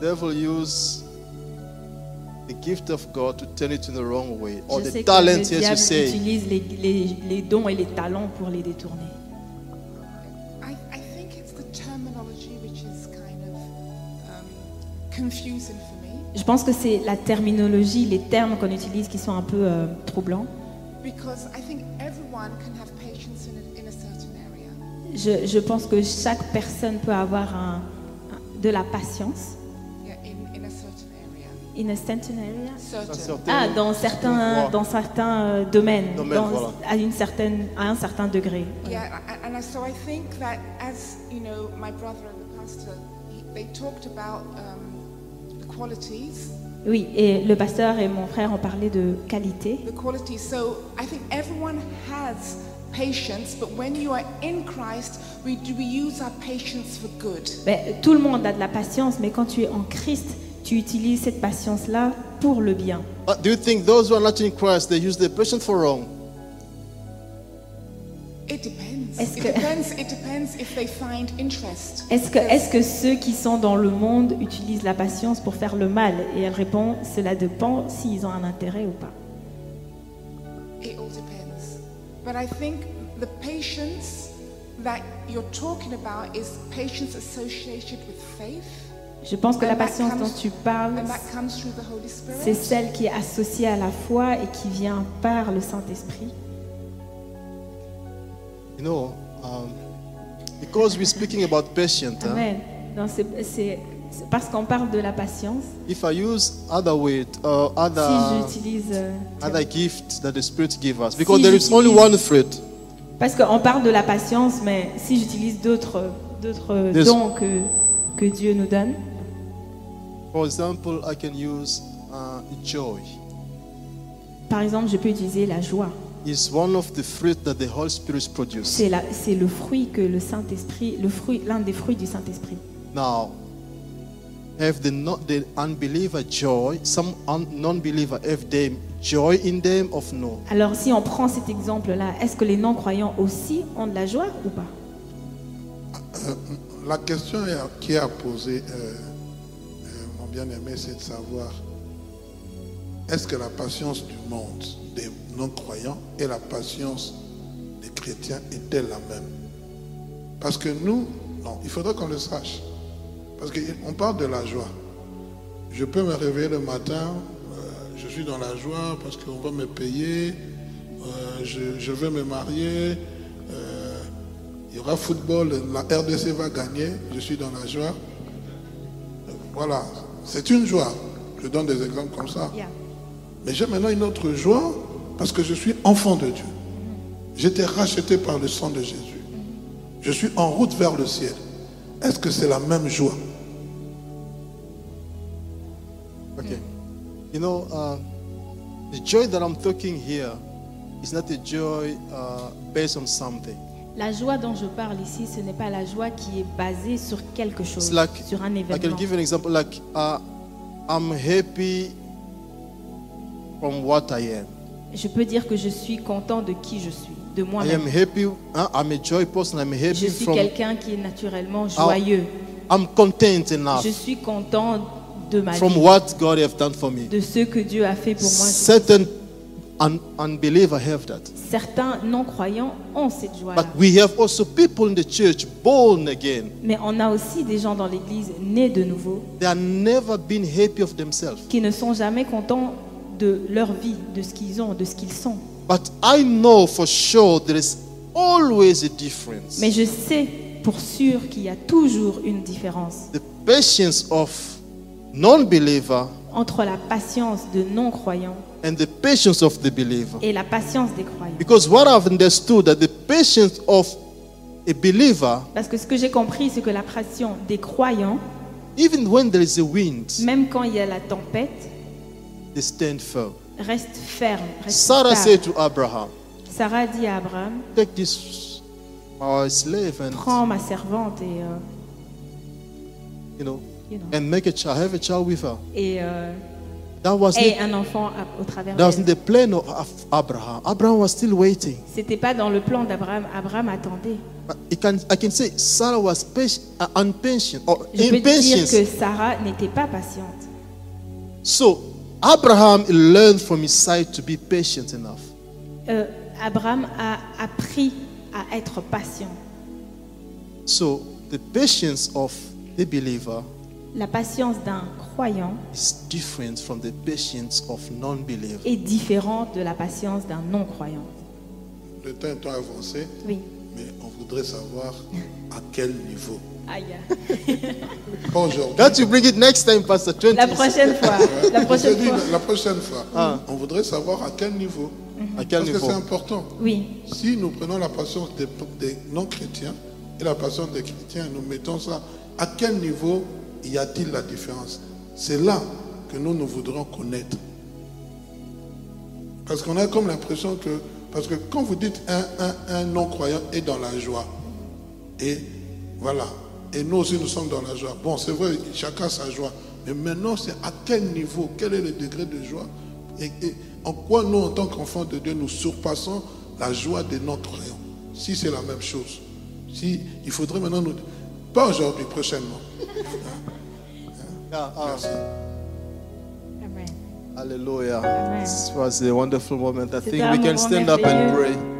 devil use the gift of God to turn it in the wrong way, or
Je
the
sais
talent,
que le
as you
diable
say.
utilise les, les- les dons et les talents pour les détourner.
I, I think it's the terminology which is kind of um, confusing for me
Je pense que c'est la terminologie, les termes qu'on utilise qui sont un peu euh, troublants.
because I think everyone can have patience in a, in a certain area.
Je, je pense que chaque personne peut avoir un- un- de la patience.
Yeah, in, in a certain area.
In a certain area.
Certain.
Ah, dans certains, dans certains euh, domaines,
Domaine,
dans-
voilà.
à, une certaine, à un certain degré.
Yeah, a- and I- so I think that as you know, my brother and the pastor, he, they talked about um, the qualities,
Oui, et le pasteur et mon frère ont parlé de qualité.
the qualities. So I think everyone has patience, but when you are in Christ, we do we use our patience for good.
Ben, tout le monde a de la patience, mais quand tu es en Christ, tu utilises cette patience-là pour le bien.
But do you think those who are not in Christ they use their patience for wrong?
It depends.
Est-ce
It
que-
depends. It depends if they find interest.
Est-ce que, est-ce que ceux qui sont dans le monde utilisent la patience pour faire le mal Et elle répond, cela dépend s'ils ont un intérêt ou pas.
It all depends. But I think the patience that you're talking about is patience associated with faith.
Je pense que la
And that
patience
comes-
dont tu parles,
and that comes through the Holy Spirit.
c'est celle qui est associée à la foi et qui vient par le Saint-Esprit.
You know, um, because we're speaking about patience. huh?
Amen. Non, c'est, c'est- parce qu'on parle de la patience,
If I use other word, uh,
si
other
j'utilise... euh,
other gift that the Spirit gave us, because there is only one fruit.
Parce qu'on parle de la patience, mais si j'utilise d'autres d'autres
Yes.
dons que, que Dieu nous donne,
For example, I can use uh, joy.
par exemple, je peux utiliser la joie.
It's one of the fruit that the Holy Spirit produces.
C'est la- c'est le fruit que le Saint-Esprit, le fruit, l'un des fruits du Saint-Esprit.
Now, if the not the unbeliever joy, some un- non-believer have them joy in them of no.
Alors si on prend cet exemple-là, est-ce que les non-croyants aussi ont de la joie ou pas
La question est à- qui a posé, euh, euh, mon bien-aimé, c'est de savoir est-ce que la patience du monde des non-croyants et la patience des chrétiens est-elle la même Parce que nous, non, il faudrait qu'on le sache. Parce qu'on parle de la joie. Je peux me réveiller le matin, euh, je suis dans la joie parce qu'on va me payer, euh, je, je vais me marier, euh, il y aura football, la RDC va gagner, je suis dans la joie. Euh, Voilà, c'est une joie. Je donne des exemples comme ça. Mais j'ai maintenant une autre joie parce que je suis enfant de Dieu. J'étais racheté par le sang de Jésus. Je suis en route vers le ciel. Est-ce que c'est la même joie
Okay,
Hmm.
you know uh, the joy that I'm talking here is not a joy uh, based on something.
La joie dont je parle ici, ce n'est pas la joie qui est basée sur quelque chose,
It's like
sur un
I can
événement.
give an example. Like uh, I'm happy from what I am.
Je peux dire que je suis content de qui je suis, de
I am
moi-même.
happy. uh, I'm a joy person. I'm
Je
happy
suis
from.
quelqu'un qui est naturellement joyeux.
I'm content enough
Je suis content de ma
from
vie,
what God have done for me.
de ce que Dieu a fait pour moi.
Certain un unbeliever have that,
Certains non-croyants ont cette joie-là.
but we have also people in the church born again.
Mais on a aussi des gens dans l'Église nés de nouveau
They have never been happy of themselves.
qui ne sont jamais contents de leur vie, de ce qu'ils ont, de ce qu'ils sont.
But I know for sure there is always a difference.
Mais je sais pour sûr qu'il y a toujours une différence
The patience of non-believer
entre la patience de non-croyants
and the patience of the believer.
et la patience des croyants.
Because what I've understood that the patience of a believer,
Parce que ce que j'ai compris, c'est que la passion des croyants,
even when there is a wind,
même quand il y a la tempête,
they stand firm.
reste ferme. Reste
Sarah
stable.
said to Abraham,
Sarah dit à Abraham,
Take this our slave and
prends ma servante et, euh,
you know
you know,
and make a child, have a child with her.
et euh,
That was
aie
it.
un enfant à- au travers
That was
d'elle.
the plan of of Abraham. Abraham was still waiting.
C'était pas dans le plan d'Abraham. Abraham attendait.
But I can I can say Sarah was patient, uh, impatient or
Je peux dire que
impatient.
Sarah n'était pas patiente.
So Abraham learned from his side to be patient enough.
Euh, Abraham a appris à être patient.
So the patience of the believer
La patience d'un croyant
is different from the patience of non-believer.
est différente de la patience d'un non-croyant.
Le temps est avancé,
Oui.
mais on voudrait savoir à quel niveau.
Aïe.
Pas aujourd'hui. hein,
That you bring it next time, Pastor 20.
La prochaine fois. La
Je
prochaine
te dis,
fois.
la prochaine fois, on voudrait savoir à quel niveau.
Ah. À quel
Parce que
niveau?
c'est important.
Oui.
Si nous prenons la patience des, des non-chrétiens et la patience des chrétiens, nous mettons ça, à quel niveau y a-t-il la différence C'est là que nous nous voudrons connaître. Parce qu'on a comme l'impression que, parce que quand vous dites un, un, un non-croyant est dans la joie, et voilà, et nous aussi nous sommes dans la joie. Bon, c'est vrai, chacun sa joie, mais maintenant c'est à quel niveau, quel est le degré de joie, et, et en quoi nous, en tant qu'enfants de Dieu, nous surpassons la joie de notre croyants, si c'est la même chose. Si, il faudrait maintenant nous... Pas aujourd'hui, prochainement.
Yeah, uh,
Merci.
Hallelujah. This was a wonderful moment. I
C'était
think
un
we can
moment
stand up and
merveilleux.
pray.